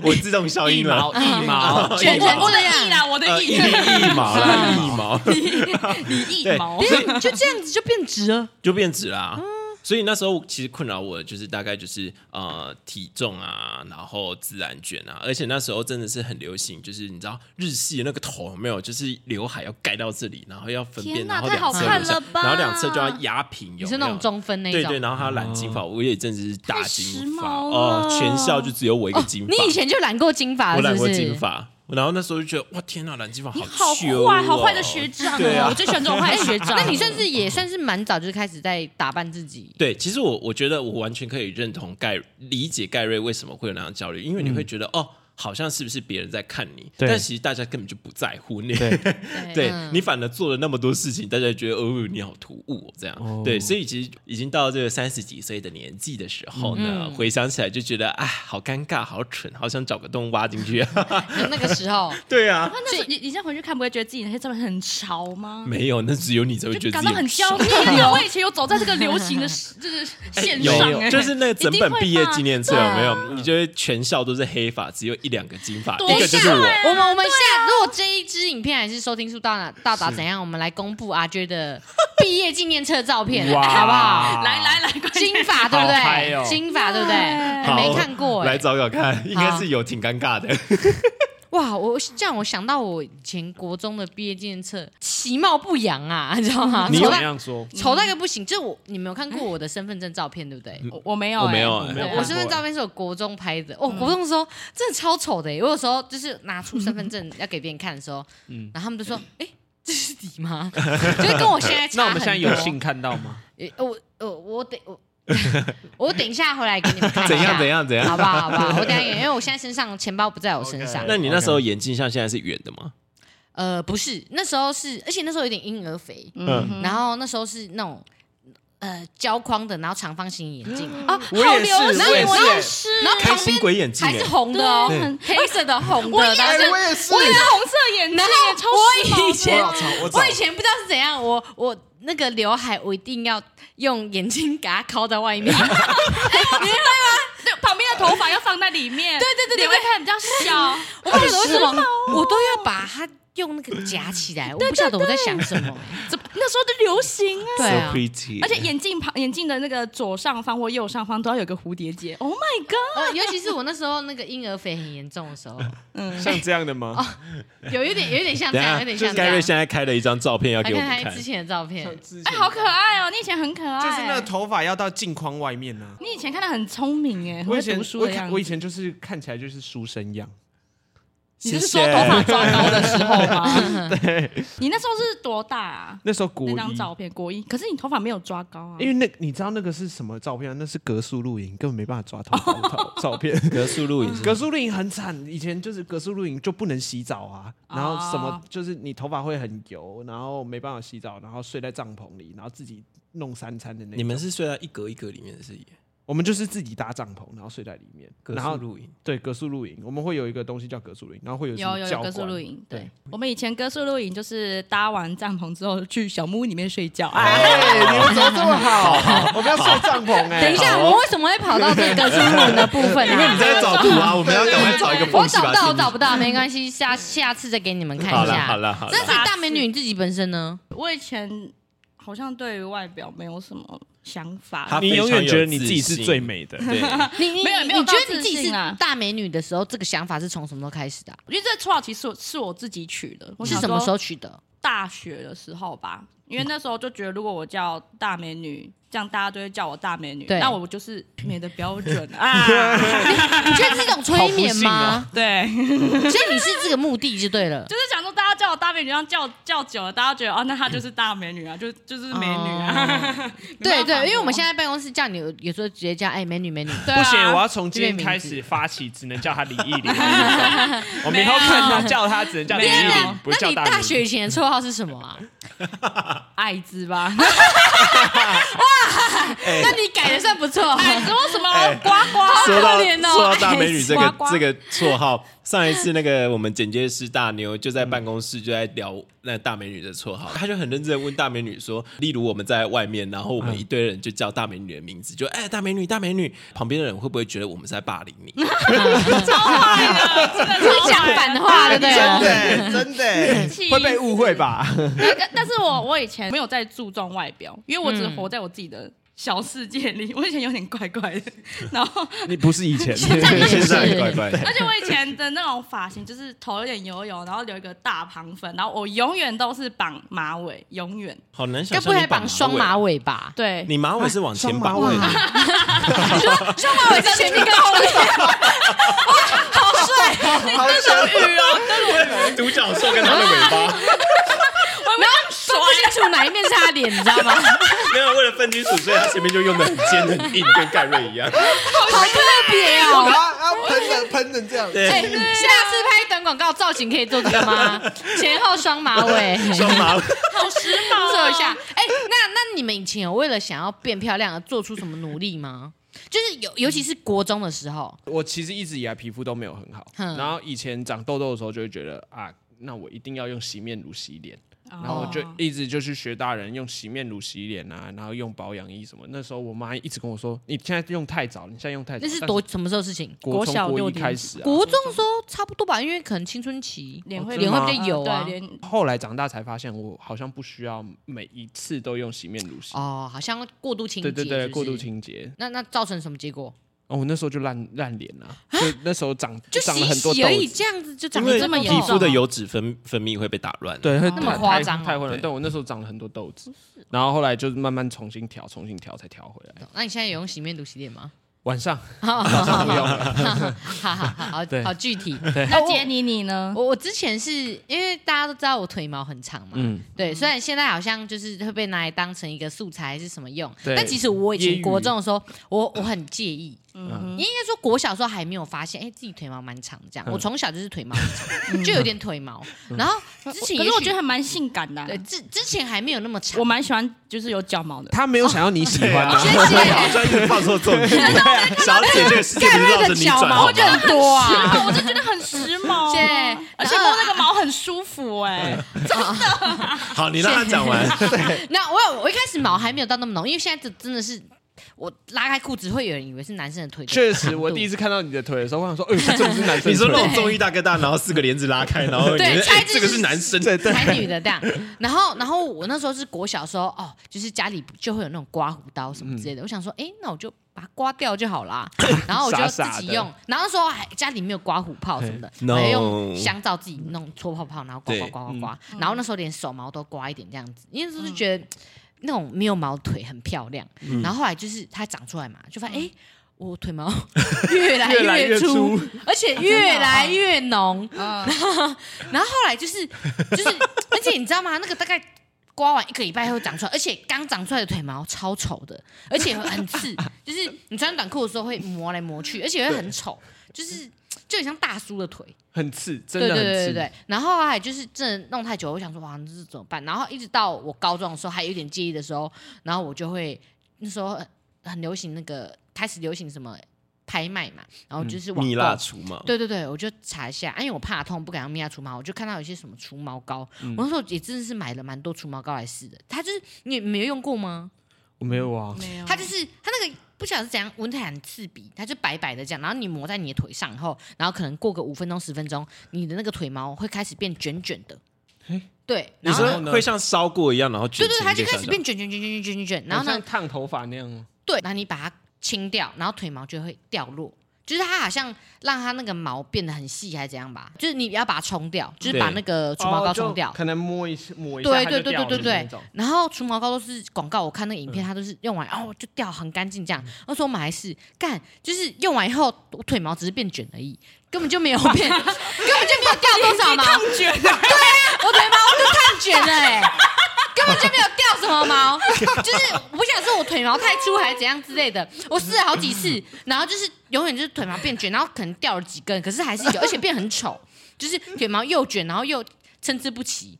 我自动消音了，
一毛，
卷成
我我的
这样
意啦，我的
呃，一
意，
一毛啦，一毛，
你一毛。
你就这样子就变直了，
就变直啦、所以那时候其实困扰我的就是大概就是呃体重啊，然后自然卷啊，而且那时候真的是很流行，就是你知道日系的那个头有没有，就是刘海要盖到这里，然后要分辨，
天哪
然后两侧
太好看
留下
了吧
然后两侧就要压平，有没有
你是那种中分那
对
种。
对，然后还有染金发，我也真的是大
太时
金
髦
发
了哦
哦，全校就只有我一个金发，
你以前就染过金
啊
发
我
了，
染
是
过
不
金
是？
发。然后那时候就觉得哇天呐，染金发
你
好
好
羞
坏，
哦
好坏的学长
对
哦！
啊
我最喜欢这种坏的学长。
那你算是也算是蛮早就开始在打扮自己，
对，其实我我觉得我完全可以认同盖理解盖瑞为什么会有那样的焦虑，因为你会觉得、哦，好像是不是别人在看你，
嗯对
但其实大家根本就不在乎你。
对
对
嗯
你反而做了那么多事情，大家觉得哦，你好突兀、哦、这样。
哦
对，所以其实已经到这个三十几岁的年纪的时候呢，
嗯
回想起来就觉得哎，好尴尬，好蠢，好想找个洞挖进去。啊
那个时候，
对啊，
那那时候你你现在回去看，不会觉得自己那些照片很潮吗？
没有，那只有你才会觉
就
得
感
自
到
己
很
帅
骄傲，因为我以前有走在这个流行的时就是线
有
上，哎
就是那个整本毕业纪念册有没
一
有？你就会全校都是黑发，只有一两个金发，
多
一个就是
帅
我。
啊
我们我们下如果这一支影片还是收听数到哪到达怎样，我们来公布阿娟的毕业纪念册照片，
哇
好不好？
来来来，快
金 发对不
好嗨哦
对？金发对不对？
对
没看过
来
哎，
找找看，应该是有挺尴尬的。
哇！我这样我想到我以前国中的毕业纪念册，其貌不扬啊，你知道吗？
你
丑
怎
到
么样说？
丑到一个不行，就我你没有看过我的身份证照片对不对？
我我没有，
我没有
哎
哎
没有看过
我身份照片是我国中拍的，哦，
嗯
国中的时候真的超丑的耶。我有时候就是拿出身份 证要给别人看的时候，
嗯
然后他们就说：“哎，这是你吗？”就是跟我现 在
那
差
我
很
们
多。
现在有幸看到吗？
诶我我我等我 我等一下回来给你们看一下
怎样怎，样怎样？
好不好？好不好？ 我等一下给，因为我现在身上钱包不在我身上。
那你那时候眼镜像现在是圆的吗？
呃，不是，那时候是，而且那时候有点婴儿肥，
嗯
然后那时候是那种。呃，胶框的，然后长方形眼镜
嗯
啊，
我也是
好流行
哦
我也是
然后然
哎
是
后
开
旁边
心鬼眼镜
还是
哎，
红的哦
对很，
黑色的红的，然后
哎
是，
我也是，
我也是红色眼镜，
然后
哎超时髦的
我以前
我操，我操
我以前不知道是怎样，我我那个刘海我一定要用眼睛给它抠在外 面，
对旁边的头发要放在里面，对
对对对
脸会看比较小。
我不晓得为什么，我都要把它用那个夹起来，我不晓得我在想什么，
怎么那时候的流行啊？
对啊
So。pretty，
而且眼镜旁眼镜的那个左上方或右上方都要有个蝴蝶结。Oh my god！
呃，尤其是我那时候那个婴儿肥很严重的时候，
像这样的
哦
吗？
有一点有一点像这
等一
样，有
下
点
就
像
是
这
盖瑞
样。
现在开了一张照片要
来
给我们
看他
看
之，前的照片，
哎，好可爱哦！你以前很可爱，
就是那个头发要到镜框外面啊呢、
你以前看的很聪明哎，很
我以
会
前
读书
我
的
以
样
前
子。
我以前就是看起来就是书生样，
你是
谢
说
谢
头发抓高的时候吗？ 对，你那时候是多大啊？
那时候国
那
一，
张照片国一，可是你头发没有抓高啊
因。为那你知道那个是什么照片、啊？那是格数露营，根本没办法抓头发照照 片。
格数录影是
格数露营很惨，以前就是格数露营就不能洗澡啊，然后什么
哦
就是你头发会很油，然后没办法洗澡，然后睡在帐篷里，然后自己弄三餐的那
你
种。
们是睡在一格一格里面的是也
我们就是自己搭帐篷，然后睡在里面，
格
然
数
后
录影，
对格数露营，我们会有一个东西叫格数露营，然后会有什
有
么
有有
教
歌宿
官
露营，对
对
我们以前歌宿露营就是搭完帐篷之后去小木屋里面睡觉。哎，
哎，你们怎么这么好？我们要睡帐篷哎，
等一下，我为什么会跑到这个 格鲁的部分
因为
啊
你？在找图啊，我们要赶快找一 个
我
缝隙
找
把
不到，
它
我
填进
找不到，没关系，下下次再给你们看
去好
一
了
下。
好了好了
那，所以大美女你自己本身呢？
我以前好像对于外表没有什么想
他
法，
你永远觉得你自己是
非常有自信
最美的，
对，
你你
没有没有
你觉得你
到
自
自
己是
信啊
大美女的时候，这个想法是从什么时候开始的啊、
我觉得这绰号其实是我是我自己取的。我
是
小
什么时候？取的？
大学的时候吧，因为那时候就觉得如果我叫大美女，这样大家都会叫我大美女，
对
那我就是美的标准 啊。
你觉得是一种催眠吗？
对，
哦
所以你是这个目的就对 了。
就是想说大家叫我大美女，这样叫叫久了，大家觉得哦，那她就是大美女啊，就就是美女 啊。
哦对对，因为我们现
在
在办公室叫你，有时候直接叫哎美女美女。
对
不
啊，
行，我要从今
这边
天
名
开
字
始发起，只能叫他李毅林。 我们以后看他叫他，只能叫李毅
没有
林，不
啊那
叫
你
大
大
明
学以前的绰号是什么 啊？
艾滋 吧，
那你改的算不错。
艾滋为哎什么呱呱？
哎 说到
可怜哦
说到大美女这
哎
个
呱呱
这个绰号，上一次那个我们剪接师大牛就在办公室就在聊那大美女的绰号，他就很认真地问大美女说，例如我们在外面，然后我们一堆人就叫大美女的名字，就哎大美女大美女，旁边的人会不会觉得我们是在霸凌你？
是讲反话的，对啊
真
了。
的真 的
气
会被误会 吧？
但但是我我以前没有在注重外表，因为我
嗯
只活在我自己的小世界里。我以前有点怪怪的，然后
你不是以 前，
现在
是
怪怪的。
而且我以前的那种发型就是头有点油油，然后留一个大旁分，然后我永远都是绑马尾，永远
好难想
该
象，
不会还绑双马
尾，
尾吧？
对。
你马尾是往前绑
双马尾
的，
双马尾是哦前面跟后面，
好想
独角兽跟它的尾巴，
我没有
分不清楚哪一面是他脸，你知道吗？
没有为了分清楚，所以他前面就用的很尖很硬，跟盖瑞一样。
好特别
然后
哦！
然后啊喷成喷成这样，
对
哎，下次拍短广告造型可以做这个吗？前后双马尾，
双马尾，
好时髦、 做一下。哎、那那你们以前有为了想要变漂亮而做出什么努力吗？就是尤尤其是国中的时候，
我其实一直以来皮肤都没有很好，
哼
然后以前长痘痘的时候就会觉得啊，那我一定要用洗面乳洗脸，
哦
啊
然后我就
哦
一直就去学大人用洗面乳洗脸啊，然后用保养液什么。那时候我妈一直跟我说，你现在用太早，你现在用太早。
那是多什么时候的事情？
但是国
国小
从
六
国一
年
开
级
始啊，
国中的时候差不多吧，因为可能青春期
脸会
脸
会
比较油啊
嗯对脸
后来长大才发现，我好像不需要每一次都用洗面乳洗。
哦，好像过度清洁，
对对
是
对，
不是
过度。清洁。
那那造成什么结果？
哦，我那时候就烂烂脸了，就那时候长
啊就
长
洗
了很多
洗
痘
而已，
子。
这样子就长
因
得
为
这么严
皮肤
重。啊
的油脂分分泌会被打乱。
对，会
那
么
太
夸张哦
太太混乱。
对
但我那时候长了很多痘子，然后后来就是慢慢重新调，重新调才调回来。
那你现在有用洗面乳洗脸吗？
晚上
好
晚
好
上不用了，
好好
对
好具体。
那杰尼你呢？
我我之前是因为大家都知道我腿毛很长嘛，
嗯，
对，虽然现在好像就是会被拿来当成一个素材还是什么用，
对
但其实我以
揶
前
揄
国中的时候，我我很介意。
嗯
应该说国小的时候还没有发现，哎、自己腿毛蛮长的这样。
嗯
我从小就是腿毛很长，就有点腿毛。然后之前也
可是我
许
觉得还蛮性感的啊、
对之之前还没有那么长
我。蛮喜欢就是有脚毛的。
他没有想要你喜欢 啊
谢。啊谢。
好像一直放 错重点。小姐，这个世界不是绕着你转好吗？
很多 啊。
我就觉得很时髦，啊
谢谢
而且摸那个毛很舒服哎、
好，你让他 讲完。
那我有我一开始毛还没有到那么浓，因为现在这真的是我拉开裤子会有人以为是男生的腿。
确实，我第一次看到你的腿的时候，我想说，哎、呦，这不是男生的腿。
你说那种综艺大哥大，然后四个帘子拉开，然后
对
你觉得
猜
哎
字
这个
是
是男生，
对对，
才女的这样。然后，然后我那时候是国小的时候，哦，就是家里就会有那种刮胡刀什么之类的。我想说，哎，那我就把它刮掉就好 啦。然后我就自
傻傻
己
的
用。然后那时候还家里没有刮胡泡什么的，
No
我就用香皂自己弄搓泡泡，然后刮刮
对
刮刮刮。然后那时候连手毛都刮一点这样子，因为就是觉
嗯
得那种没有毛腿很漂亮。然后后来就是它长出来嘛，就发现哎。诶我腿 毛越来
越来越
粗
粗，啊
而且越来越浓，
嗯，
然后后来就是就是，而且你知道吗？那个大概刮完一个礼拜会长出来，而且刚长出来的腿毛超丑的，而且很 刺，就是你穿短裤的时候会磨来磨去，而且会很丑，就是就很像大叔的腿。
很刺，真
对
的
对
很
对对
刺。
对。然后还就是真的弄太久，我想说哇，这是怎么办？然后一直到我高中的时候，还有点介意的时候，然后我就会那时候很很流行那个开始流行什么拍卖嘛，然
嗯
后就是网
蜜
购
蜡除毛。
对对对，我就查一下，啊因为我怕痛，不敢用蜜蜡除毛，我就看到有些什么除毛膏，
嗯
我那时候也真的是买了蛮多除毛膏来试的。它就是你你没有用过吗？
我没有啊，
没有，
它就是它那个不晓得是怎样，闻起来很刺鼻，它就白白的这样，然后你抹在你的腿上以后，然后可能过个五分钟十分钟，你的那个腿毛会开始变卷卷的。
嗯
对，
你
然后
说会像烧过一样，然后
对
卷
对，
成
它
一个
就开始
小
变卷卷卷卷卷卷卷，然后
好
呢
像，烫头发那样哦。
对，然后你把它清掉，然后腿毛就会掉落。就是它好像让它那个毛变得很细，还是怎样吧？就是你要把它冲掉，就是把
对
那个除毛膏
哦就
冲掉。
可能摸一下摸一下，
对
它
对
就
对
掉
对
了
对
那
对
种。嗯
然后除毛膏都是广告，我看那个影片，它都是用完哦就掉很干净这样。那时候我买来试，干就是用完以后，我腿毛只是变卷而已，根本就没有变，根本就没有掉多少毛。烫卷对啊，我腿毛都烫卷了哎、根本就没有掉什么毛，就是我不想说我腿毛太粗还是怎样之类的，我试了好几次，然后就是永远就是腿毛变卷，然后可能掉了几根，可是还是有，而且变很丑，就是腿毛又卷，然后又参差不齐。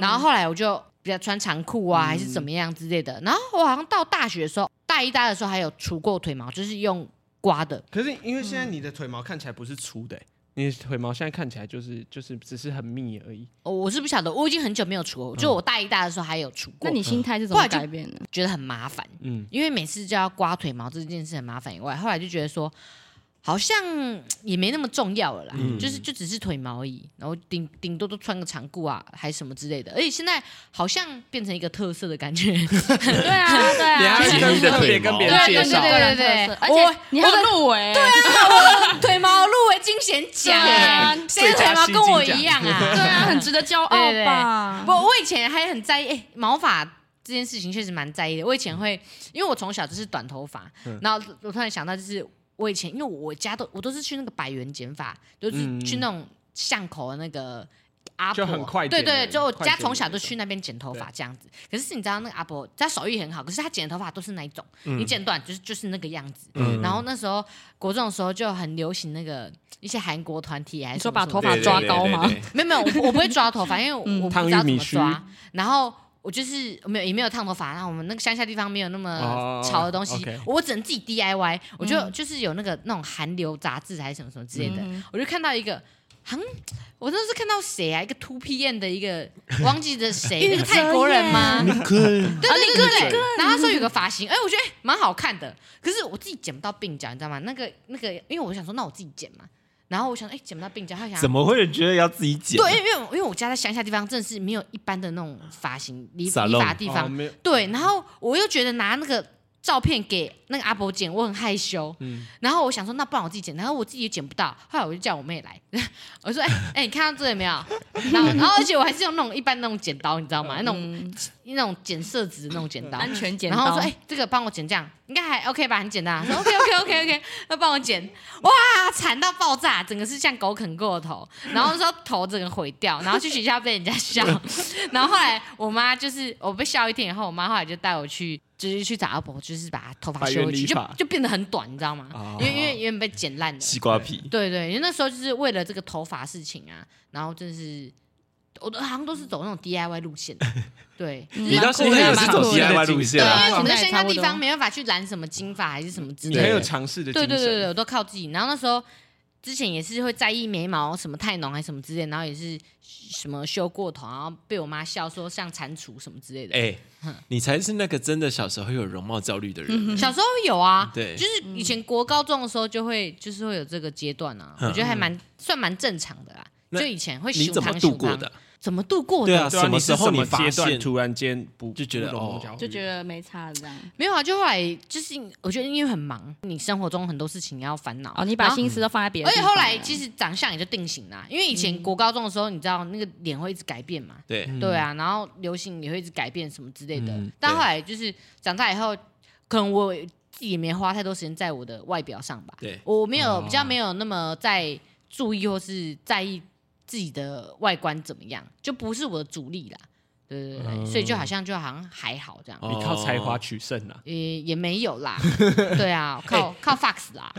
然后后来我就比较穿长裤啊，还是怎么样之类的。然后我好像到大学的时候，大一、大二的时候还有除过腿毛，就是用刮的。
可是因为现在你的腿毛看起来不是粗的、欸你的腿毛现在看起来就是就是只是很密而已。
哦我是不晓得，我已经很久没有除了，就我大一、大二的时候还有除过。
那你心态是怎么
后来就
改变的？
觉得很麻烦，
嗯，
因为每次就要刮腿毛这件事很麻烦以外，后来就觉得说好像嗯也没那么重要了啦，就是就只是腿毛而已，然后顶顶多都穿个长裤啊，还什么之类的。而且现在好像变成一个特色的感觉，
对啊，对
哎
啊，
解你的腿毛
别
对
人
啊
介
对
绍，
对对对，
而且你还有入围，对啊，
腿毛入围金贤奖
对啊
哎，谁的腿毛跟我一样
对
啊？
啊，很值得骄
对
傲
啊
吧？
不，我以前还很在意，哎，毛发这件事情确实蛮在意的。我以前会，因为我从小就是短头发，
嗯
然后我突然想到，就是我以前，因为我家都我都是去那个百元剪发，就是去那种巷口的那个。阿
嗯就很
婆。
快
对
剪的
对，
人
就我
快
家
剪
从
的
小
人
就去那边剪头发这样子。可是你知道那个阿伯，他手艺很好，可是他剪的头发都是那一种，
嗯
你剪短就是就是那个样子。然后那时候国中的时候就很流行那个一些韩国团体还是
你
什
说
么
把
什么
头
的
发抓高吗
对对对对
没有没有，我我不会抓头 发，因为我我不
烫
知道
玉
怎
米
么抓。然后我就是没有也没有烫头发，然后我们那个乡下地方没有那么
哦
潮的东西，
OK
我只能自己 DIY。我就、就是有那个那种韩流杂志还是什么什么之类的，我就看到一个。哼，我那是看到谁啊？一个 Two PM 的一个，忘记的 谁，那个泰国人吗？啊
可
对对对对对，然后他说有个发型，哎、我觉得哎蛮好看的，可是我自己剪不到鬓角，你知道吗？那个那个，因为我想说，那我自己剪嘛，然后我想，哎、剪不到鬓角，他想
怎么会有人觉得要自己剪？
对，因为因为我因为我家在乡下地方，真的是没有一般的那种发型理理
Salon
发的地
哦
方。
没有
对，然后我又觉得拿那个照片给那个阿伯剪，我很害羞。然后我想说，那不然我自己剪，然后我自己也剪不到，后来我就叫我妹来， 我说：“哎、哎、你看到这里没有？”然后，然后而且我还是用那种一般那种剪刀，你知道吗？那种那种剪色纸的那种剪刀，
嗯安全剪
然后
刀
说：“哎、，这个帮我剪这样，应该还 OK 吧？很简单、啊。”说：“OK OK OK OK，那帮我剪。”哇，惨到爆炸，整个是像狗啃过的头，然后说头整个毁掉，然后去学校被人家笑， 然后后来我妈就是我被笑一天以后，我妈后来就带我去。就是去找阿伯，就是把头发
百
修
元
回去，
理
就
发
就变得很短，你知道吗？
哦
因为因为原本被剪烂了。
西瓜皮，
对对，因为那时候就是为了这个头发事情啊，然后真是我都好像都是走那种 DIY 路线的，对，
你到现在也是走 DIY 路线
对，
啊？
因为我们在乡下
差不
地
多
方没办法去染什么金发还是什么之
你
类
很有
的。
尝试的精
对
神，
对对对，我都靠自己。然后那时候之前也是会在意眉毛什么太浓还是什么之类，然后也是什么修过头，然后被我妈笑说像蟾蜍什么之类的。
哎，你才是那个真的小时候有容貌焦虑的
嗯
人。
小时候有啊，
对
就是以前国高中的时候就会，就是会有这个阶段啊，
嗯
我觉得还蛮算蛮正常的啦。
那
就以前会
你
熊
怎么
糖
度
熊
过
糖
的？
怎么度过的？
对啊
对啊，
什么
你
时
是
候
什
你
么
发
阶段
现
突然间不
就觉得
不容
哦
交流
就觉得没差了这样。
没有啊，就后来就是我觉得因为很忙，你生活中很多事情要烦恼，
哦，你
然
把
后
心思都放在别的
而
地
且
方了。
后来其实长相也就定型啦，因为以前国高中的时候，你知道那个脸会一直改变嘛，
对，
对啊，然后流行也会一直改变什么之类的
嗯。
但
对
后来就是长大以后，可能我自己也没花太多时间在我的外表上吧，
对
我没有比较没有那么在注意或是在意自己的外观怎么样，就不是我的主力啦，对对对，对所以就好像就好像还好这样。
哦
你靠才华取胜啊！
也也没有啦，对啊，靠靠 Fox 啦，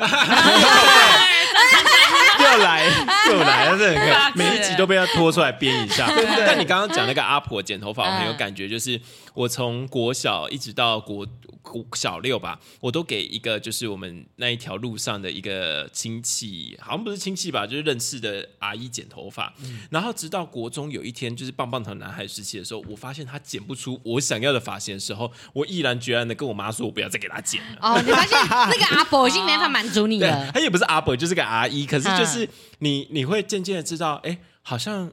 又来又来，真的很可以，每一集都被他拖出来编一下。但你刚刚讲那个阿婆剪头发，我很有感觉，就是我从国小一直到国国小六吧，我都给一个就是我们那一条路上的一个亲戚，好像不是亲戚吧，就是认识的阿姨剪头发。然后直到国中有一天，就是棒棒糖男孩时期的时候，我发现他剪不出我想要的发型的时候，我毅然决然的跟我妈说，我不要再给他剪了。
哦，你发现那个阿伯已经没办法满足你
对
了，，
她也不是阿伯，就是个阿姨。可是
嗯
就是你，你会渐渐的知道，哎，好像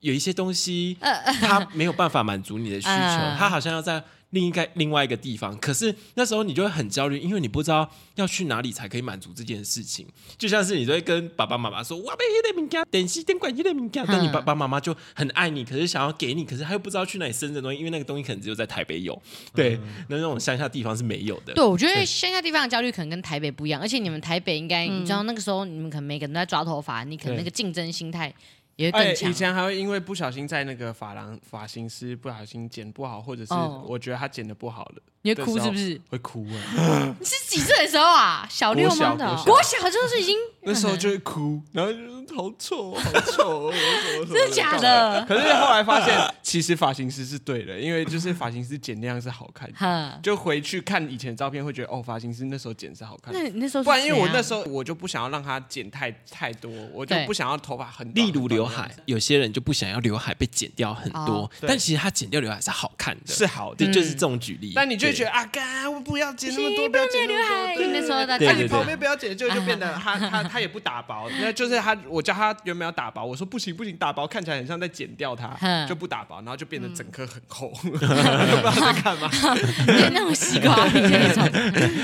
有一些东西，他没有办法满足你的需求，
呃嗯
他好像要在另一个另外一个地方。可是那时候你就会很焦虑，因为你不知道要去哪里才可以满足这件事情。就像是你都会跟爸爸妈妈说，我被黑的物件，点西点管黑的物
嗯
件，但你爸爸妈妈就很爱你，可是想要给你，可是他又不知道去哪里生这东西，因为那个东西可能只有在台北有，对，那那种乡下地方是没有
嗯
的。
对，我觉得乡下地方的焦虑可能跟台北不一样，而且你们台北应该，
嗯
你知道那个时候你们可能每个人都在抓头发，你可能那个竞争心态也会
哎，
更强
以。前还会因为不小心在那个发廊发型师不小心剪不好，或者是
哦
我觉得他剪的不好了，
你会哭是不是？
会哭 啊！
你是几岁的时候啊？小六吗？
国小
国小就是已经
那时候就会哭，然后就好丑，好丑哦，什么什么什么
真的假？的？
可是后来发现，其实发型师是对的，因为就是发型师剪那样是好看的。
哈，
就回去看以前的照片，会觉得哦，发型师那时候剪是好看的
那。你那时候啊
不然，因为我那时
候
候我就不想要让他剪太太多，我就
对
不想要头发很短
例如刘海，，有些人就不想要刘海被剪掉很多，
哦
但其实他剪掉刘海是好看的，
是好的
对，就是这种举例。
但你就会
对
觉得啊，干，我不要剪那么多，
行
不要剪那么多。
对那时候在
对
那
对
你
对
旁边不要剪，就就变得
啊
他他他也不打薄，那就是他，我叫他原本要打薄，我说不行不行，打薄看起来很像在剪掉它，
嗯
就不打薄，然后就变得整颗很 厚，不知道在干嘛。
对那种西瓜 皮的那种。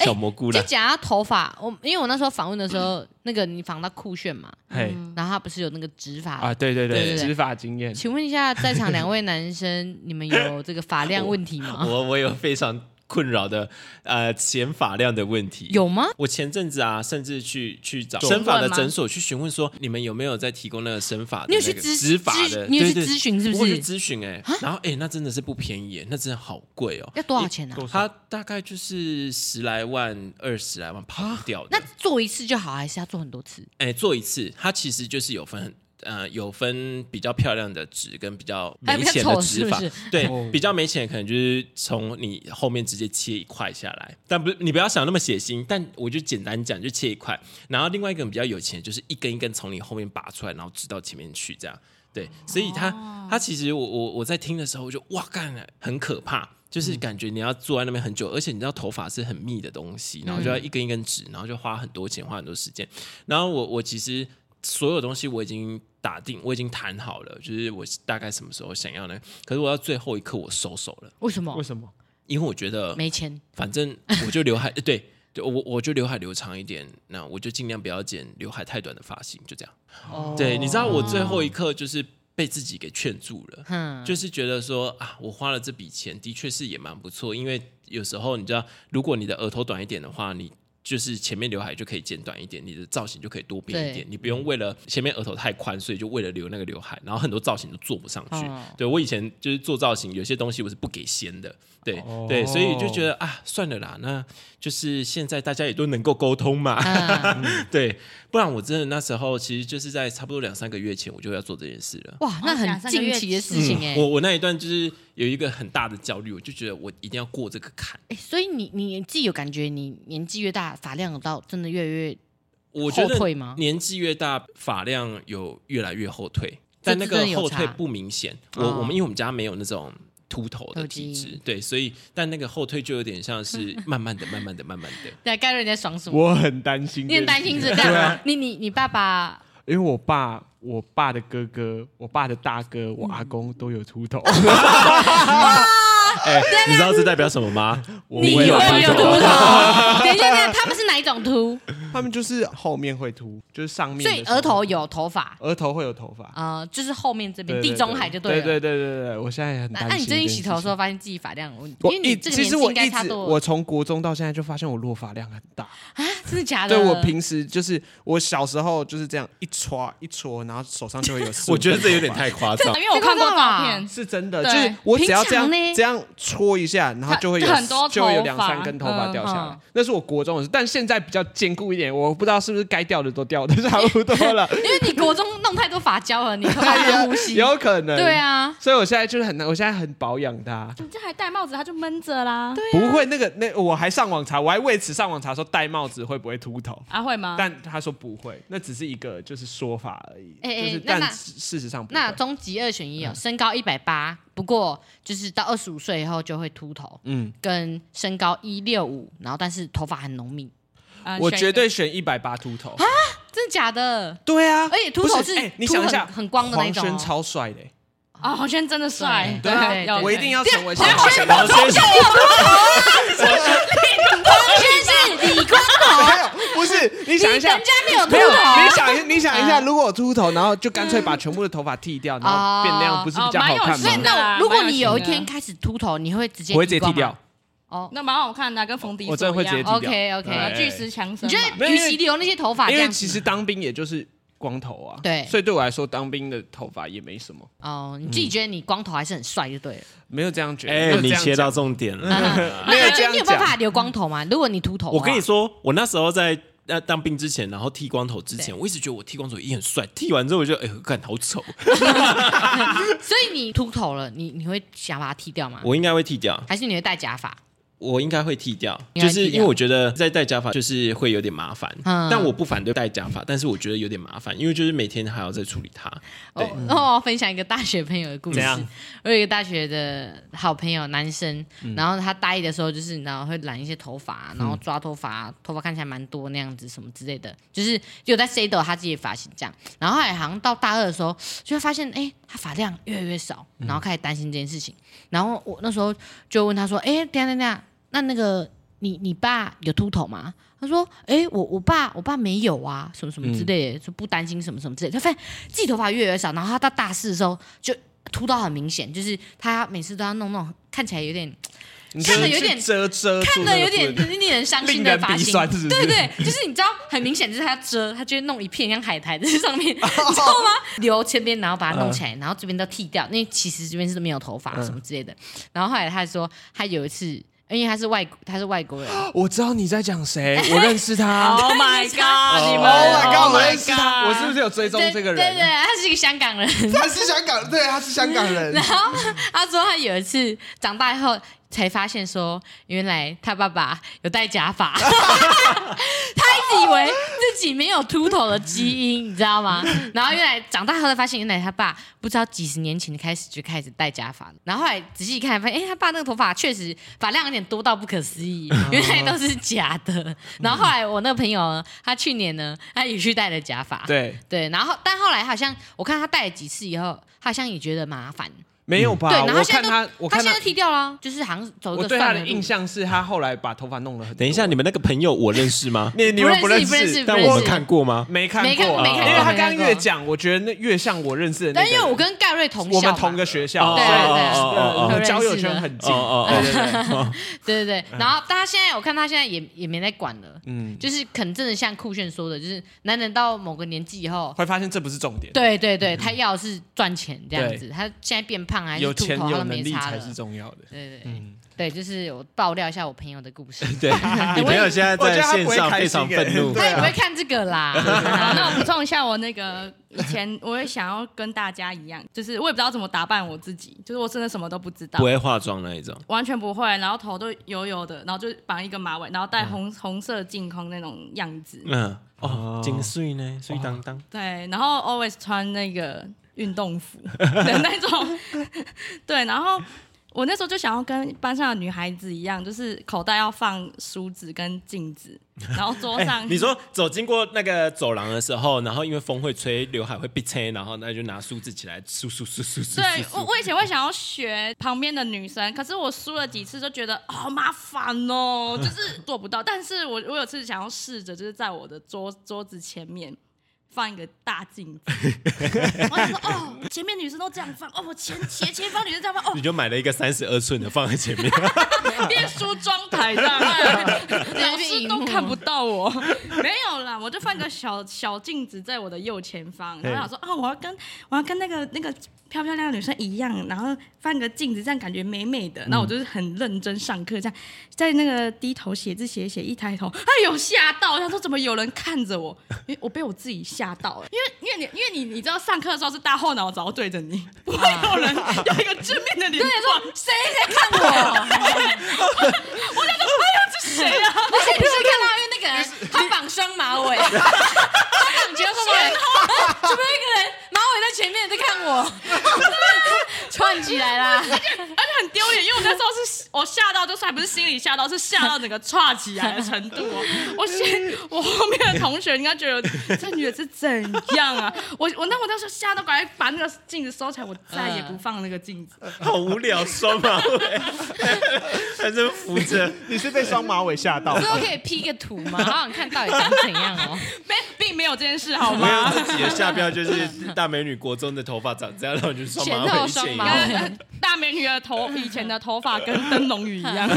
小蘑菇
就
了，
讲到头发，我因为我那时候访问的时候，那个你访到酷炫嘛，
嘿
然后他不是有那个直发
嗯啊，对对
嗯对
对，
对嗯
植发经验，
啊
请问一下，在场两位男生，你们有这个发量问题吗？
我我有非常困扰的呃减发量的问题。
有吗？
我前阵子啊，甚至去去找
问
生发的
吗
诊所去询问说，你们有没有在提供那个生发的
你有
那
去
个
咨
植发
咨
的？
你有去
对对
咨询是不
我有
是
去咨询哎，然后哎，那真的是不便宜耶，那真的好贵哦。
要多少钱呢、啊？
它大概就是十来万、二十来万跑不掉的。
那做一次就好，还是要做很多次？
哎，做一次，它其实就是有分很。呃，有分比较漂亮的植跟比较
哎
没钱
比较
的
丑
植发，
是不
对，比较没钱可能就是从你后面直接切一块下来，但不是你不要想那么血腥，但我就简单讲，就切一块，然后另外一个比较有钱，就是一根一根从你后面拔出来，然后直到前面去这样，对，所以他、
哦
他其实我我我在听的时候，我就哇干了，很可怕。就是
嗯
感觉你要坐在那边很久，而且你知道头发是很密的东西，然后
嗯
就要一根一根直，然后就花很多钱，花很多时间。然后我我其实所有东西我已经打定，我已经谈好了，就是我大概什么时候想要呢？可是我到最后一刻我收手了，
为什么？
为什么？
因为我觉得
没钱？
反正我就刘 海对。对我我就刘海留长一点，那我就尽量不要剪刘海太短的发型，就这样。
哦
对，你知道我最后一刻就是被自己给劝住了，
嗯
就是觉得说啊，我花了这笔钱，的确是也蛮不错，因为有时候你知道，如果你的额头短一点的话，你。就是前面刘海就可以剪短一点，你的造型就可以多变一
对
点，你不用为了前面额头太宽，所以就为了留那个刘海，然后很多造型都做不上去。
哦
对我以前就是做造型，有些东西我是不给先的，对、
哦
对，所以就觉得啊，算了啦，那就是现在大家也都能够沟通嘛，
嗯，
对，不然我真的那时候其实就是在差不多两三个月前，我就要做这件事了。
哇，那很近期的事情
嗯
哎、
我我那一段就是有一个很大的焦虑，我就觉得我一定要过这个坎。
哎所以你你自己有感觉，你年纪越大，发量有到真的越来越
我觉
后
得
退吗
年纪越大，发量有越来越后退，但那
这
个
真的有
后
差
退不明显。
哦
我我们因为我们家没有那种。秃头的体
头
质，对，所以但那个后退就有点 像是慢慢的、慢慢的、慢慢的，
对，盖瑞你在爽什么？
我啊很担心，
你很担心是这样吗？你你你爸爸
因为我爸、我爸的哥哥、我爸的大哥、我阿公都有秃头，
嗯
哎、
啊
你知道这代表什么吗？
我
你
会
有
有
没有秃
秃
头
头，？
等一下，等一下，他们是哪一种秃？
他们就是后面会秃，就是上面
所
的
以
时候
额头有头发，
额头会有头发，
呃，就是后面这边
对
地中海就
对
了。
对对对对，我现在也很
那
担
那
心。
你最近洗头的时候，发现自己发量有问题，
我
因为你
一
这个
其
年
实
纪
我
应该
一
差不
直
多，
我从国中到现在就发现我落发量很大，
真的假的？
对我平时就是我小时候就是这样一戳一戳，然后手上就会有四五根头发。
我觉得这有点太夸张。
因为我看过照片，
是真的，就
对
是我只要这样
平常呢
这样戳一下，然后就会有
它很多头发
就会有两三根头发掉下来。
嗯嗯
那是我国中的事，但现在比较坚固一点，我不知道是不是该掉的都掉的差不多 了，
因为你国中弄太多发胶 了，你头发
哎
不
呀
能呼吸。
有可能。
对，啊，
所以我现在就是很难，我现在很保养它。
你这还戴帽子，它就闷着啦。对
不会，那个那我还上网查，我还为此上网查说戴帽子会不会秃头，
啊，会吗？
但他说不会，那只是一个就是说法而已。
哎哎
就是
那
但
那
事实上不会
那终极二选一
嗯
哦，身高一百八，不过就是到二十五岁以后就会秃头，
嗯，
跟身高一六五，然后但是头发很浓密，
啊
我
选一
绝
个
对选一百八秃头。
真的假的？
对啊，
而且秃头
不
是
哎你
秃
想一
很
下，
很光的那种哦
黄轩超帅的、
啊，黄轩真的帅，
对对
要
对
我一定要成为
黄轩
然后先
但是李光头，
没 有，不是你想一下
啊人，家没有秃
没有，你
头，啊嗯
想一你想一下，如果我秃头，然后就干脆把全部的头发剃掉，然
哦
后变那样，不是比较好看
哦蛮有
吗
型？的啦
那如果你
蛮
有
有
一
型的
天开始秃头，你会直接
我会直接剃
剃光啊
掉
吗。。哦
那蛮好看的啊，跟冯迪
我真的会
索一样
直接剃掉
OK
呃
OK，
巨石强森
你
嘛。
觉
没
得与
有因为
其留那些头发这
因
样子吗，
为其实当兵也就是光头啊，
对
所以对我来说，当兵的头发也没什么，
哦，你
嗯
自己觉得你光头还是很帅就对了。
没有这样觉得。没
哎、
有这
你
样
切到
讲
重点了。
没有
没有这样
你有办法留光头吗？如果你秃头的话，
我跟你说，我那时候在呃当兵之前，然后剃光头之前，我一直觉得我剃光头也很帅，剃完之后我就哎呦，看好丑，
所以你秃头了，你你会想把它剃掉吗？
我应该会剃掉，
还是你会戴假发？
我应该会剃掉，
应该
就
剃掉
是因为我觉得在戴假发就是会有点麻烦，
嗯
但我不反对戴假发，但是我觉得有点麻烦，因为就是每天还要再处理它。对
哦，然后我分享一个大学朋友的故事
怎样。
我有一个大学的好朋友，男生，
嗯
然后他大一的时候就是你知道会染一些头发，然后抓头发，头发看起来蛮多那样子什么之类的，就是有在 C 抖他自己的发型这样。然后后来好像到大二的时候，就会发现哎，他发量越来越少，
嗯
然后开始担心这件事情。然后我那时候就问他说：“哎，等一下等一下，那那个你你爸有秃头吗？”他说：“哎，我我爸我爸没有啊，什么什么之类的，就不担心什么什么之类的。”他发现自己头发越来越少，然后他到大四的时候就秃到很明显，就是他每次都要弄那种看起来有点
你
看得
就
有
是
点
遮遮住
看
那
的
个
有点
部位
令人伤心
令
的
人
发
鼻
型，
酸是不是
对对，就是你知道，很明显就是他遮，他就会弄一片像海苔在上 面，你知道吗？留前边，然后把它弄起
嗯
来，然后这边都剃掉，因为其实这边是没有头发什么之类的。然后后来他说，他有一次，因为他是外国，他是外国人，
我知道你在 讲谁，我认识他。
Oh my god！你
Oh
们
my god！我
my
认识他，我
god
是不是有追踪
对
这个
Oh 对对，
人？
他是一个香港人。
他是香港，对，他是香港人。
他说他有一次长大以后才发现说，原来他爸爸有戴 假发，他一直以为自己没有秃头的基因，你知道吗？然后原来长大后才发现，原来他爸不知道几十年前开始就开始戴假发了。然后后来仔细一看，发现哎、他爸那个头发确实发量有点多到不可思
哦
议，原来都是假的。然后后来我那个朋友呢，他去年呢，他也去戴了假发，
对，
对，然后但后来好像我看他戴了几次以后，他好像也觉得麻烦。
没有吧？
对，然后
我
现
看
在
他
都，
我
他
看
现
他
在，剃掉了啊，就是好像走一
我
个
对他
算
的
了
印，象是他后来把头发弄了很多。？
等一下，你们那个朋友我认识 吗
你你们
不
不
认识
认
嗯不认识
但我们看过吗？
没看
没看
过
过没
看过
因为他
没
刚
看过
越讲，我觉得那越像我认识的那
但
个人。
因为我跟盖瑞同校嘛，
我们同个学校，
哦
对
所以
对
哦哦哦
呃
哦
有认识
交友圈
的
很
哦
近。
哦
对
哦，
对
对对，
对对。然后但他现在我看他现在也也没在管了，
嗯，
就是可能真的像酷炫说的，就是男人到某个年纪以后。
会发现这不是重点，
对对对，他要的是赚钱这样子，他现在变胖啊还是
有
秃
钱
头，他
有
都没
能力
差
才
了。
是重要的。
对对对、对，就是我爆料一下我朋友的故 事，
对， 你朋友现在在线上非常愤怒。
他也不会欸看这个啦。
啊
好，那我补充一下，我那个以前我也想要跟大家一样，就是我也不知道怎么打扮我自己，就是我真的什么都不知道
不，会化妆那一种，
完全不会，然后头都油油的，然后就绑一个马尾，然后戴红、红色镜框那种样子，
嗯，哦，金穗呢，穗当
哦
当，
对，然后 always 穿那个运 动服的那种，对，然后我那时候就想要跟班上的女孩子一样，就是口袋要放梳子跟镜子，然后桌上、
哎你说走经过那个走廊的时候，然后因为风会吹，刘海会被吹，然后那就拿梳子起来梳梳梳梳梳。
对我，
梳
我以前会想要学旁边的女生，可是我输了几次就觉得哦好麻烦哦，就是做不到。但是我我有次想要试着，就是在我的桌桌子前面放一个大镜子，我想说哦，前面女生都这样放，哦，我前前前方女生这样放，
你
哦，
就买了一个三十二寸的放在前面，
变梳妆台这 样，哎老师
荧幕
都看不到我。 没有啦，我就放个小小镜子在我的右前方，然后想说啊，我要跟我要跟那个那个漂漂亮亮的女生一样，然后放个镜子，这样感觉美美的。那我就是很认真上课，这样在那个低头写字写一写，一抬头，哎呦吓到，我想说怎么有人看着我？ 因为我被我自己吓到、哎因为因为你因为你你知道上课的时候是大后脑勺对着你，不会有人有一个正面的脸说 谁在看我？啊
而且你是看到，因为那个人他绑双马 尾，他绑结束马尾，就没有一个人马尾在前面在看我，串起来啦。
而且很丢脸，因为我那时候是我吓到，就是还不是心里吓到，是吓到整个岔起来的程度哦。 我先，我后面的同学应该觉得这女的是怎样 啊？我我那我那时候吓到，赶快把那个镜子收起来，我再也不放那个镜子。
好无聊，双马尾，还真扶着。
你是被双马尾吓到
最后可以 P 个图 吗？好想哦看到底长怎样哦。
没， 并没有这件事，好
没有
吗？
自己的下标就是大美女国中的头发长这样，然后就是双
前
马
后
尾
双
一
马
样
尾
大美女的头，以前的头发跟灯笼鱼一 样。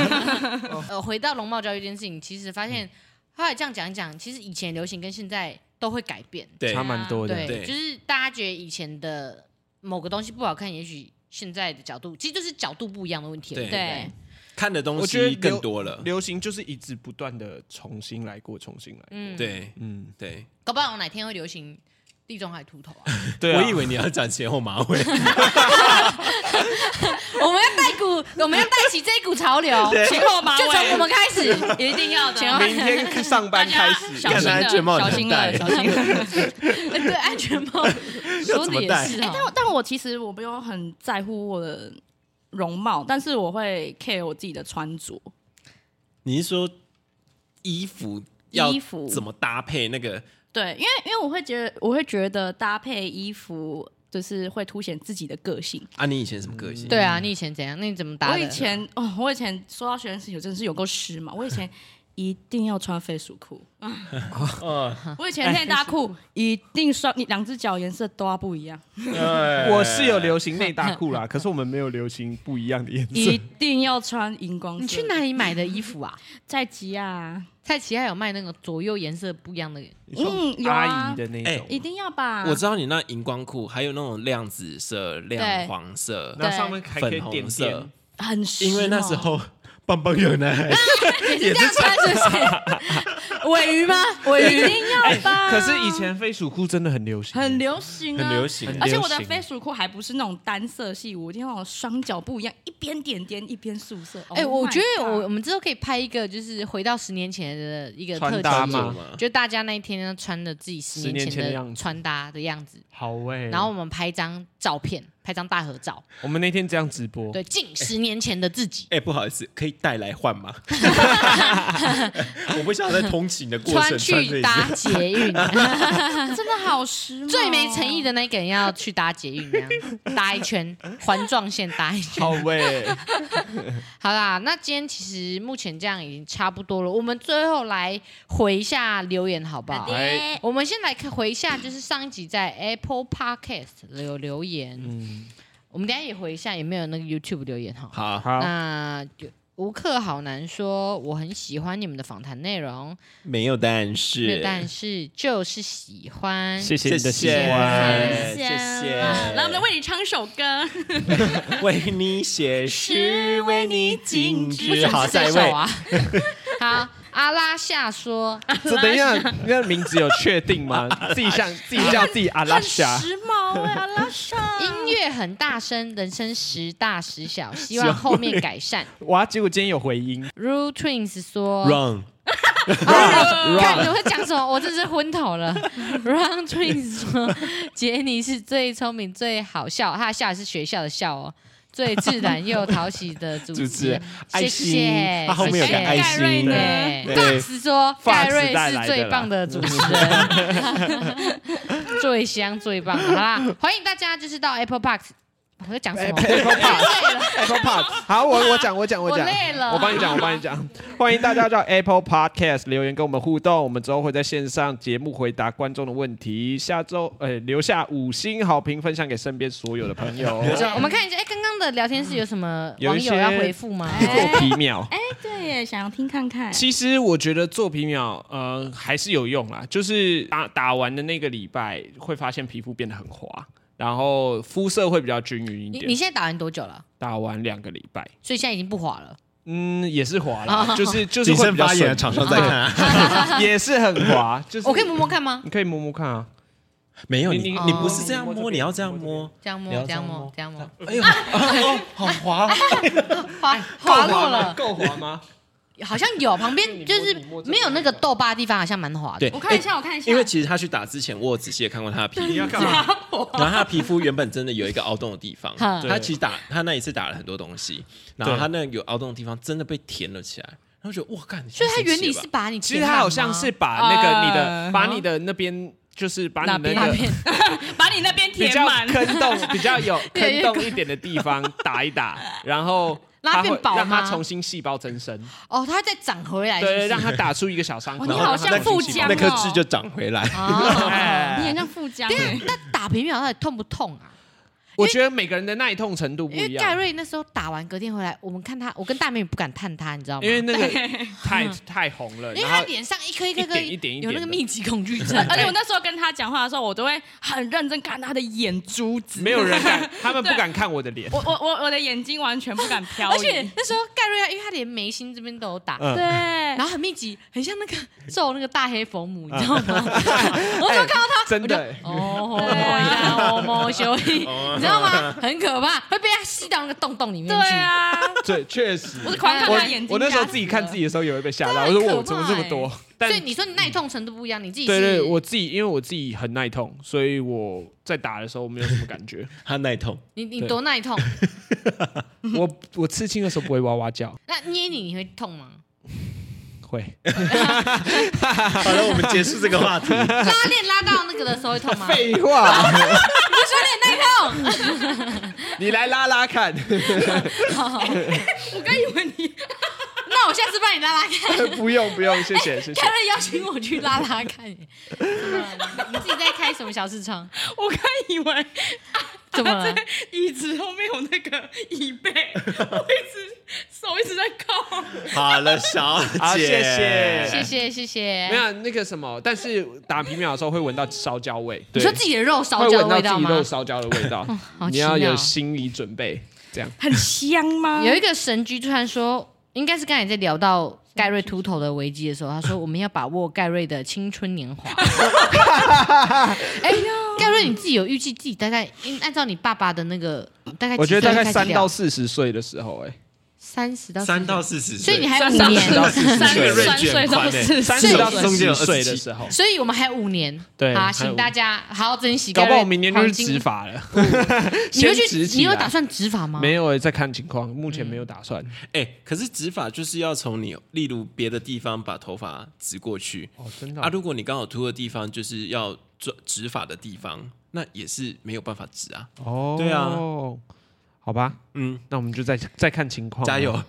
呃，回到容貌焦虑这件事情，其实发现后来这样讲一讲，其实以前流行跟现在都会改变。
对
差蛮多的。
对
就是大家觉得以前的某个东西不好看，也许现在的角度其实就是角度不一样的问题了。
对
对不对。
看的东
我觉得
西
流
更多了。
流行就是一直不断的重新来过，重新来过。
嗯，
对
嗯，
对，
搞不好我哪天会流行地中海秃头啊！
对啊，
我以为你要讲前后马尾，
我们要带股，我们要带起这一股潮流，
前后马尾
就从我们开始，
一定要的
前后
大
明天上班开
家
始，
小心
看来
了，
卷毛
小
很
心
难戴
了，小心了。
对安全帽，说的也是
哎、但
哦。
我但我其实我没有很在乎我的容貌，但是我会 care 我自己的穿着。
你是说衣服要
衣服
怎么搭配那个？
对，因为因为我会觉得我会觉得搭配衣服就是会凸显自己的个性。
啊，你以前什么个性？
对啊，你以前怎样？那你怎么打
我
的？
以前哦，我以前说到学生时期，我真的是有够湿嘛。我以前。一定要穿飞鼠裤。
哦 嗯，
我以前内搭裤一定双，你两只脚颜色都要 不一样，
我是有流行内大 裤啦，可是我们没有流行不一样的颜
一
色。
定要穿荧光色。
你去哪里买的衣服啊？
在啊吉亚？
蔡奇还有卖那个左右颜色不一样的，
嗯，有
阿
啊
姨，的那种，
一定要
啊
吧？
我知道你那荧光裤，还有那种亮紫色、亮黄色、
然后上面还可以
粉
点
红色
点，，
很时髦
因为那
哦
时候棒棒有奶，
也是这样穿，是不 是？尾鱼吗？尾
一
鱼
定要吧？
可是以前飞鼠裤真的很流行，
很流行啊，
很流行
而且我的飞鼠裤还不是那种单色系，我一定要那种双脚不一样，一边点点一边素色。
哎、
Oh
我
my
觉得我我
God
们之后可以拍一个，就是回到十年前的一个
穿
特
搭
辑
嘛，
就大家那一天呢穿的自己十
10年前的
前
样子
穿搭的样子，
好哎。
然后我们拍一张照片，拍张大合照，
我们那天这样直播，
对，近十年前的自己。
哎、不好意思，可以带来换吗？ 我不想在通勤的过
穿
程穿这
去
一
搭
件。
捷运，
真的好时髦，哦
最没诚意。的那个人要去搭捷运，这样搭一圈环状线搭一圈。
好哎，
好啦，那今天其实目前这样已经差不多了，我们最后来回一下留言好不好？
哎
我们先来看回一下，就是上一集在 Apple Podcast 有留言，我们等一下也回一下，也没有那个 YouTube 留言哈。
好，
啊
好，
那就吴克好难说，我很喜欢你们的访谈内容，
没有但是，
但是就是喜欢。
谢谢你的喜
谢
欢，
哎谢谢谢
来，我们来为你唱首歌，
为你写诗，为你静
不
止。
想
好，
是这
下一
首
位，
啊。好，阿拉夏说，
这等一下，那名字有确定 吗？自己想自己叫自己阿拉
很
夏，
时髦哎，阿拉莎。
音乐很大声，人生时大时 小，希望后面改 善。
哇，结果今天有回音
Rue Twins 说哦
Run，
看你会讲什么，我真是昏头了。Run Twins 说， 杰尼是最聪明、最好笑，他的笑也是学校的笑哦，最自然又讨喜的主
主持
人
人。
谢
爱
谢
心，啊他后面有
谢
个
谢
爱
盖瑞
心
呢
对
对
，Fox 说盖
Fox
瑞
带来的
是
啦
最棒的主持人， 最香最棒，好啦，欢迎大家就是到 Apple Park，我在讲什么？
Apple Park，Apple Park。好，我我讲，我讲，
我
讲。
累了，
哎我帮你讲，我帮你讲。 欢迎大家到 Apple Podcast 留言跟我们互动，我们之后会在线上节目回答观众的问题。下周呃留下五星好评，分享给身边所有的朋 友。
对。我们看一下，哎，刚刚的聊天室有什么
有
网
一些
友要回复吗？
做皮秒，
哎
对耶，想要听看看。
其实我觉得做皮秒呃还是有用啦，就是打打完的那个礼拜会发现皮肤变得很滑，然后肤色会比较均匀一
你你
点。
现在打完多久了？
打完两个礼拜，
所以现在已经不滑了。
嗯，也是滑
哦
啦，就是就是
谨
会
慎
比较
发言，
顺，
厂商在看啊。
也是很滑，就是
我可以摸摸看吗？
你可以摸摸看啊。
没有
你
你，
你
你不是这样
摸这
摸，
边
你要这样摸。
这样摸
你要，
这样摸，这样摸，
哎呦，哦，好滑！
滑哎滑落了，
啊够滑吗？
好像有旁边就是没有那个痘疤的地方，好像蛮滑的。
对哎
我看一下，我看一下，
因为其实他去打之前，我有仔细地看过他的皮肤，然
嘛？
后他的皮肤原本真的有一个凹洞的地方，
哈
他其实打他那一次打了很多东西，然后他那有凹洞的地方真的被填了起来，然后觉得哇干，
所以它
太神奇
原理
了
是
吧
把你
其实
填
他
满
好像
吗
是呃把那个你
啊
的，把你的那边就是把
哪
你那
边
哪
个
边
把你那边
比
填
较
满。
坑洞、比较有
越来
坑
越
洞一点的地方打一打，然后
让它
它会
变薄
让它
吗
重新细胞增生，
哦，它再长回来是不是，
对，让它打出一个小伤口。
哦你
然后
好
让它
像
重新
富
细
江
那
哦
颗痣就长回来。
哦。
你
哎，
很像富江
对
耶，
啊，那打皮秒到底痛不痛啊？
我觉得每个人的耐痛程度不
因
一
为盖
样，
瑞那时候打完隔天回来，我们看他，我跟大妹也不敢探他，你知道吗？
因为那个太太红了，
因为
然
他
后
脸上一颗一颗一颗
一点一点一点
有那个
的
密集恐惧症，
而且我那时候跟他讲话的时候，我都会很认真看他的眼珠子。
没有人敢，他们不
对
敢看我的 脸。
我我我我的眼睛完全不敢飘移，
而且那时候盖瑞啊，因为他连眉心这边都有打，
嗯
对，然
然后很密集，很像那个揍那个大黑佛母，你知道吗？
嗯
我就看到他，
真的，
哦，
对啊
哦，莫修一，
哦
你知道吗？很可怕，会被他吸到那个洞洞里面
对
去。
啊，
对，确实，
我是狂看
我
他眼睛。啊
我那时候自己看自己的时候也会被吓
啊
到，我说我怎么这么多？但
欸所以你说你耐痛程度不一样，你自己
对
是
对，我自己因为我自己很耐痛，所以我在打的时候没有什么感 觉。
他耐痛，
你你
对
多耐痛？
我我刺青的时候不会哇哇叫，
那捏你你会痛 吗？
会
好了，我们结束这个话题。
拉链拉到那个的时候会痛吗？你
废 话，
不是有点耐痛？
你来拉拉看。
我刚以为你
那我我下次帮你拉拉看。
不用不用，谢 谢谢谢
他。们邀请我去拉拉看 耶，怎么了你自己在开什么小市场？
我刚以为
怎么了？
椅子后面有那个椅背，我一直手一直在靠。
好了，小
好，
姐，
谢谢，
谢。谢谢谢。
没有那个什么，但是打皮秒的时候会闻到烧焦味，
你
对
说自己的肉烧
会
焦的
闻
味
到
道
自己
吗？
肉烧焦的味道，
好
你
奇
要
妙
有心理准备。这样，
很香吗
有一个神居传说，应该是刚才在聊到盖瑞秃头的危机的时候，他说我们要把握盖瑞的青春年 华。哎、盖瑞，你自己有预计自己大概，因按照你爸爸的那个大概几岁开始聊，
我觉得大概三到四十岁的时候，哎，
三十到40
三到，四十
所
岁，
以你还有五
三
年，
到四十
三
岁，瑞
三岁
卷宽
到
欸
四十
三十到
中间有
四十岁的时候，
所以我们还有五年。
对
好，
还有
请
五
大家好好珍惜。
搞不好
盖
我
瑞
明年就是
黄金
执，法了。
你会
先执
去？
起
你有
来
打算执法吗？嗯
没有哎，再看情况，目前没有打算。
哎、可是植发就是要从你，例如别的地方把头发植过去、
哦，真的
啊。如果你刚好秃的地方就是要做植发的地方，那也是没有办法植啊。
哦，
对啊，
好吧，
嗯，
那我们就再再看情况，
加油！！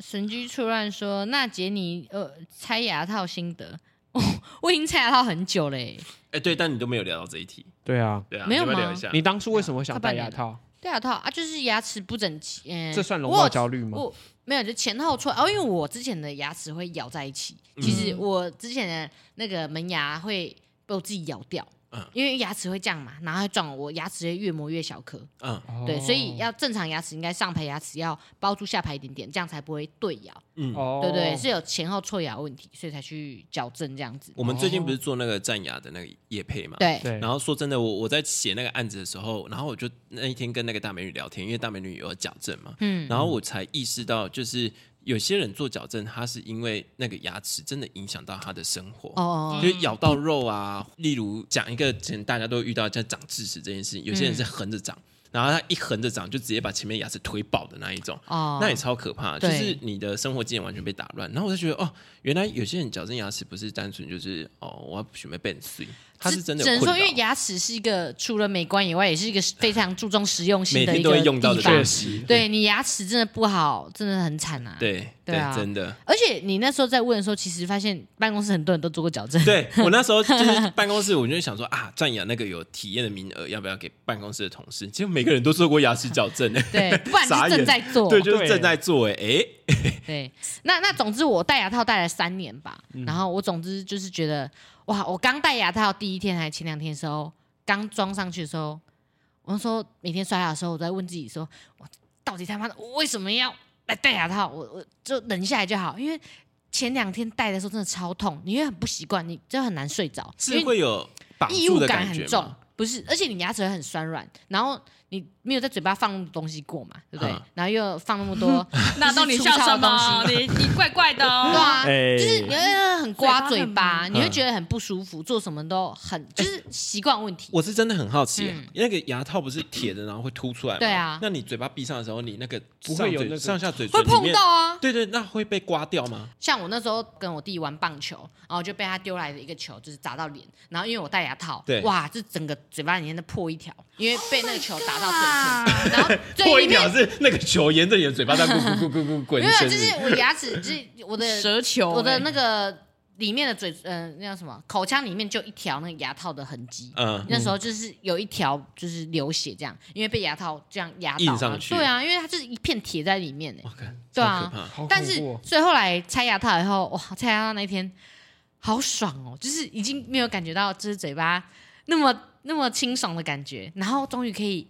神居突然说：“那杰尼，呃，拆牙套心得， 我已经拆牙套很久嘞、
哎、对，但你都没有聊到这一题，
对啊，
对啊，
没有
你要不要聊
吗
一下？
你当初为什么会想
快半
戴
年
牙套？
戴牙套啊，就是牙齿不整齐，嗯、
这算容
我
貌
有
焦虑吗？
我没有，就前后错哦，因为我之前的牙齿会咬在一起，其实
嗯
我之前的那个门牙会被我自己咬掉，
嗯
因为牙齿会这样嘛，然后会撞我，我牙齿会越磨越小颗，
嗯，
哦
对，所以要正常牙齿应该上排牙齿要包住下排一点点，这样才不会对咬，
哦
对对，是有前后错牙问题，所以才去矫正这样子，
我们最近不是做那个战牙的那个叶配嘛？
对，
对，
然后说真的，我我在写那个案子的时候，然后我就那一天跟那个大美女聊天，因为大美女有矫正嘛，
嗯，
然后我才意识到，就是有些人做矫正，他是因为那个牙齿真的影响到他的生活。
哦哦，
就是咬到肉啊，例如讲一个，可能大家都会遇到，像长智齿这件事情，有些
嗯
人是横着长，然后他一横着长就直接把前面牙齿推爆的那一种，
哦，
那也超可怕，就
对
是你的生活经验完全被打乱。然后我就觉得，哦，原来有些人矫正牙齿不是单纯就是哦，我要准备变碎，他是真的
只
有
能
困
说，
扰
因为牙齿是一个除了美观以外，也是一个非常注重实用性
每
的一
天
个
都会用到
地
的
方
东西，
对你牙齿真的不好，真的很惨啊。，
对
对啊
真的。
而且你那时候在问的时候，其实发现办公室很多人都做过矫正。
对我那时候就是办公室，我就想说啊，赞扬那个有体验的名额，要不要给办公室的同事？结果每个人都做过牙齿矫正、欸，
对，不然
傻
就
眼
正在做。
对，就是正在做、欸，哎、
对，那那总之我戴牙套戴了三年吧，
嗯
然后我总之就是觉得哇，我刚戴牙套第一天还前两天的时候，刚装上去的时候，我那时候每天刷牙的时候，我在问自己说，我到底他妈的我为什么要来戴牙套？我我就忍下来就好，因为前两天戴的时候真的超痛，你会很不习惯，你就很难睡着，因
是
为
会有绑
异
住
物
的
感
觉
很重
吗？，
不是，而且你牙齿会很酸软，然后你没有在嘴巴放那么多东西过嘛，对不对？
嗯
然后又放那么 多，
那到底笑什么？？你你怪怪的
对
哦。
啊，
哎
就是你会很刮嘴
嘴巴
巴，你会觉得很不舒服，做什么都很就是习惯问题。
我是真的很好奇、欸
嗯
那个牙套不是铁的，然后会凸出来吗？
对啊
那你嘴巴闭上的时候，你那个
不
上
会有
嘴
那个
上下嘴
会
唇里
碰
面，
到啊，
对对，那会被刮掉吗？
像我那时候跟我弟玩棒球，然后就被他丢来的一个球就是砸到脸，然后因为我戴牙套
对，
哇，这整个嘴巴里面的破一条，因为被那个球打到嘴唇，然后嘴里面
是那个球沿着你的嘴巴在咕咕咕咕咕滚
没有，就是我牙齿，就是我 的
蛇球欸，
我的那个里面的嘴，呃，那叫什么？口腔里面就一条那个牙套的痕迹。
嗯，
那时候就是有一条就是流血这样，因为被牙套这样压到
印上
然后
去
对啊，因为它就是一片铁在里面呢。
我看，
对
超可
啊
怕。
好恐怖哦
但是所以后来拆牙套以后，哇，拆牙套那一天好爽哦，就是已经没有感觉到就是嘴巴那么那么清爽的感觉，然后终于可以。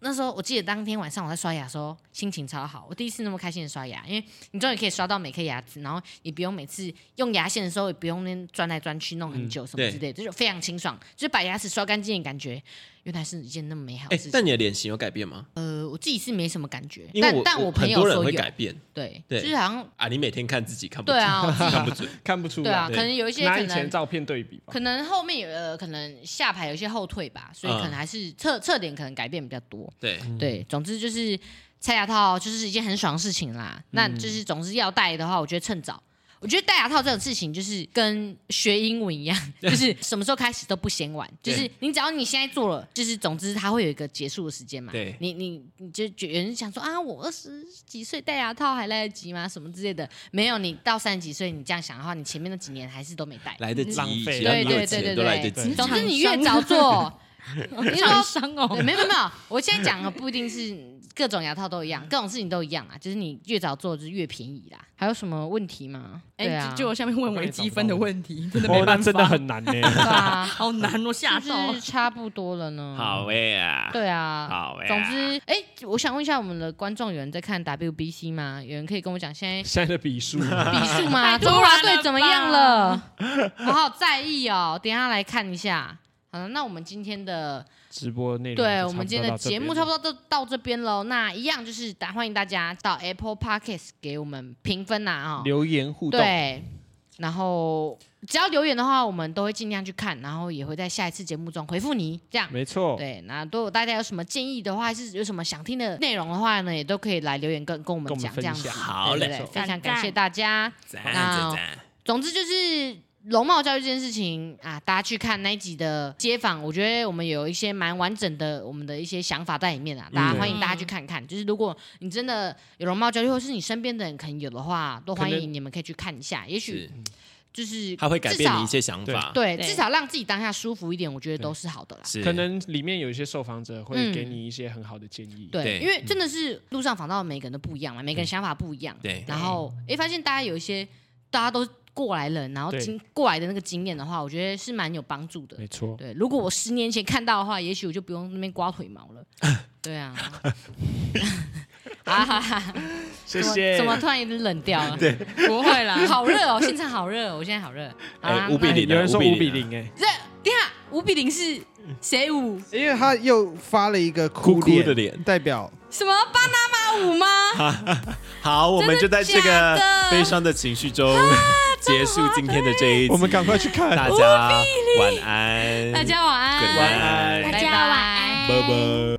那时候我记得当天晚上我在刷牙的时候，心情超好，我第一次那么开心的刷牙，因为你终于可以刷到每颗牙齿，然后你不用每次用牙线的时候也不用那边钻来钻去弄很久什么
嗯对
之类的，就是非常清爽，就是把牙齿刷干净的感觉，原来是一件那么美好的
哎、
事情。
但你的脸型有改变吗？
呃，我自己是没什么感觉，
因为
但
我
但
我
朋
很
友
多人
说
会
有
改，变
对，
对
就是好像
啊，你每天看自己看不
对 啊，我 自己
看不准，
看不出
对啊，
来，
可能有一些
拿
可
以前
能
照片对比吧。
可能后面有呃，可能下排有一些后退吧，所以可能还是侧侧脸可能改变比较多。
对，
对，总之
嗯
就是拆牙套就是一件很爽的事情啦。那就是总之要戴的话，我觉得趁早。我觉得戴牙套这种事情，就是跟学英文一样， 就是什么时候开始都不嫌晚。就
对
是你只要你现在做了，就是总之它会有一个结束的时间嘛。
对
你你你就觉有人想说啊，我二十几岁戴牙套还来得及吗？什么之类的。没有，你到三十几岁你这样想的话，你前面那几年还是都没戴。
来得及，
浪费
只要
对
你有
对对
钱
对
都来得
对
及。
总之你越早 做，你说
厂商
对，
哦，
没有没有没有，我现在讲的不一定是各种牙套都一样，各种事情都一样啊，就是你越早做就是越便宜啦。还有什么问题吗？对
哎
啊，，
就我下面问微积分的问题，真的
哦
没，
那
办法，
真的很难呢、
对啊，
好难哦，吓
是
到
不是。差不多了呢？
好哎呀，
对啊，
好呀
总之，哎、我想问一下我们的观众，有人在看 WBC 吗？有人可以跟我讲现在
现在的 笔数，
比数吗？
太突然
中
了吧
华队怎么样了？我好在意哦，等一下来看一下。好了，那我们今天的
直播内容
对
就
我们今
到
天的
这
节目
边
差不多都到这边喽。那一样就是打欢迎大家到 Apple Podcast 给我们评分呐、啊、哦，
留言互动，
对，然后只要留言的话，我们都会尽量去看，然后也会在下一次节目中回复你。这样
没错，
对，那如果大家有什么建议的话，还是有什么想听的内容的话呢，也都可以来留言跟跟我们
跟我们
讲这
分
样子。
享
好
对
嘞
对对，非常
赞
感谢大家。
赞
那
赞赞，
总之就是容貌教育这件事情啊，大家去看那一集的街访，我觉得我们有一些蛮完整的我们的一些想法在里面
嗯
啊，大家欢迎大家去看看。就是如果你真的有容貌焦虑，或是你身边的人可能有的话，都欢
可能
迎你们可以去看一下，也许
是
就是
它会改
至
变
少
你一些想法。
对，
对
至少让自己当下舒服一点，我觉得都是好的啦。
是
可能里面有一些受访者会
嗯
给你一些很好的建议，
对，
对
因为真的是路上访到的每个人都不一样嘛，每个人想法不一样。
对
然后哎，发现大家有一些大家都过来人，然后
对
经过来的那个经验的话，我觉得是蛮有帮助的。
没错，
对，如果我十年前看到的话，也许我就不用那边刮腿毛了。 对啊。 啊哈哈！
谢
怎么
谢
怎，么突然有点冷掉 了？对，
不会啦，
好热哦，现场好热哦，我现在好热。好啦
哎，五比
那
零啊，
有人说五比
啊，
零哎，
这等一下五比零是谁
嗯
五？
因为他又发了一个
哭哭
脸，
的脸。
代表
什么巴拿马舞吗？
好，我们就在这
假
个
的啊
悲伤的情绪中 结束今天的这一集。
我们赶快去看
大家晚安，
大家晚安，
晚安，
拜
大
拜
家晚安，
拜拜。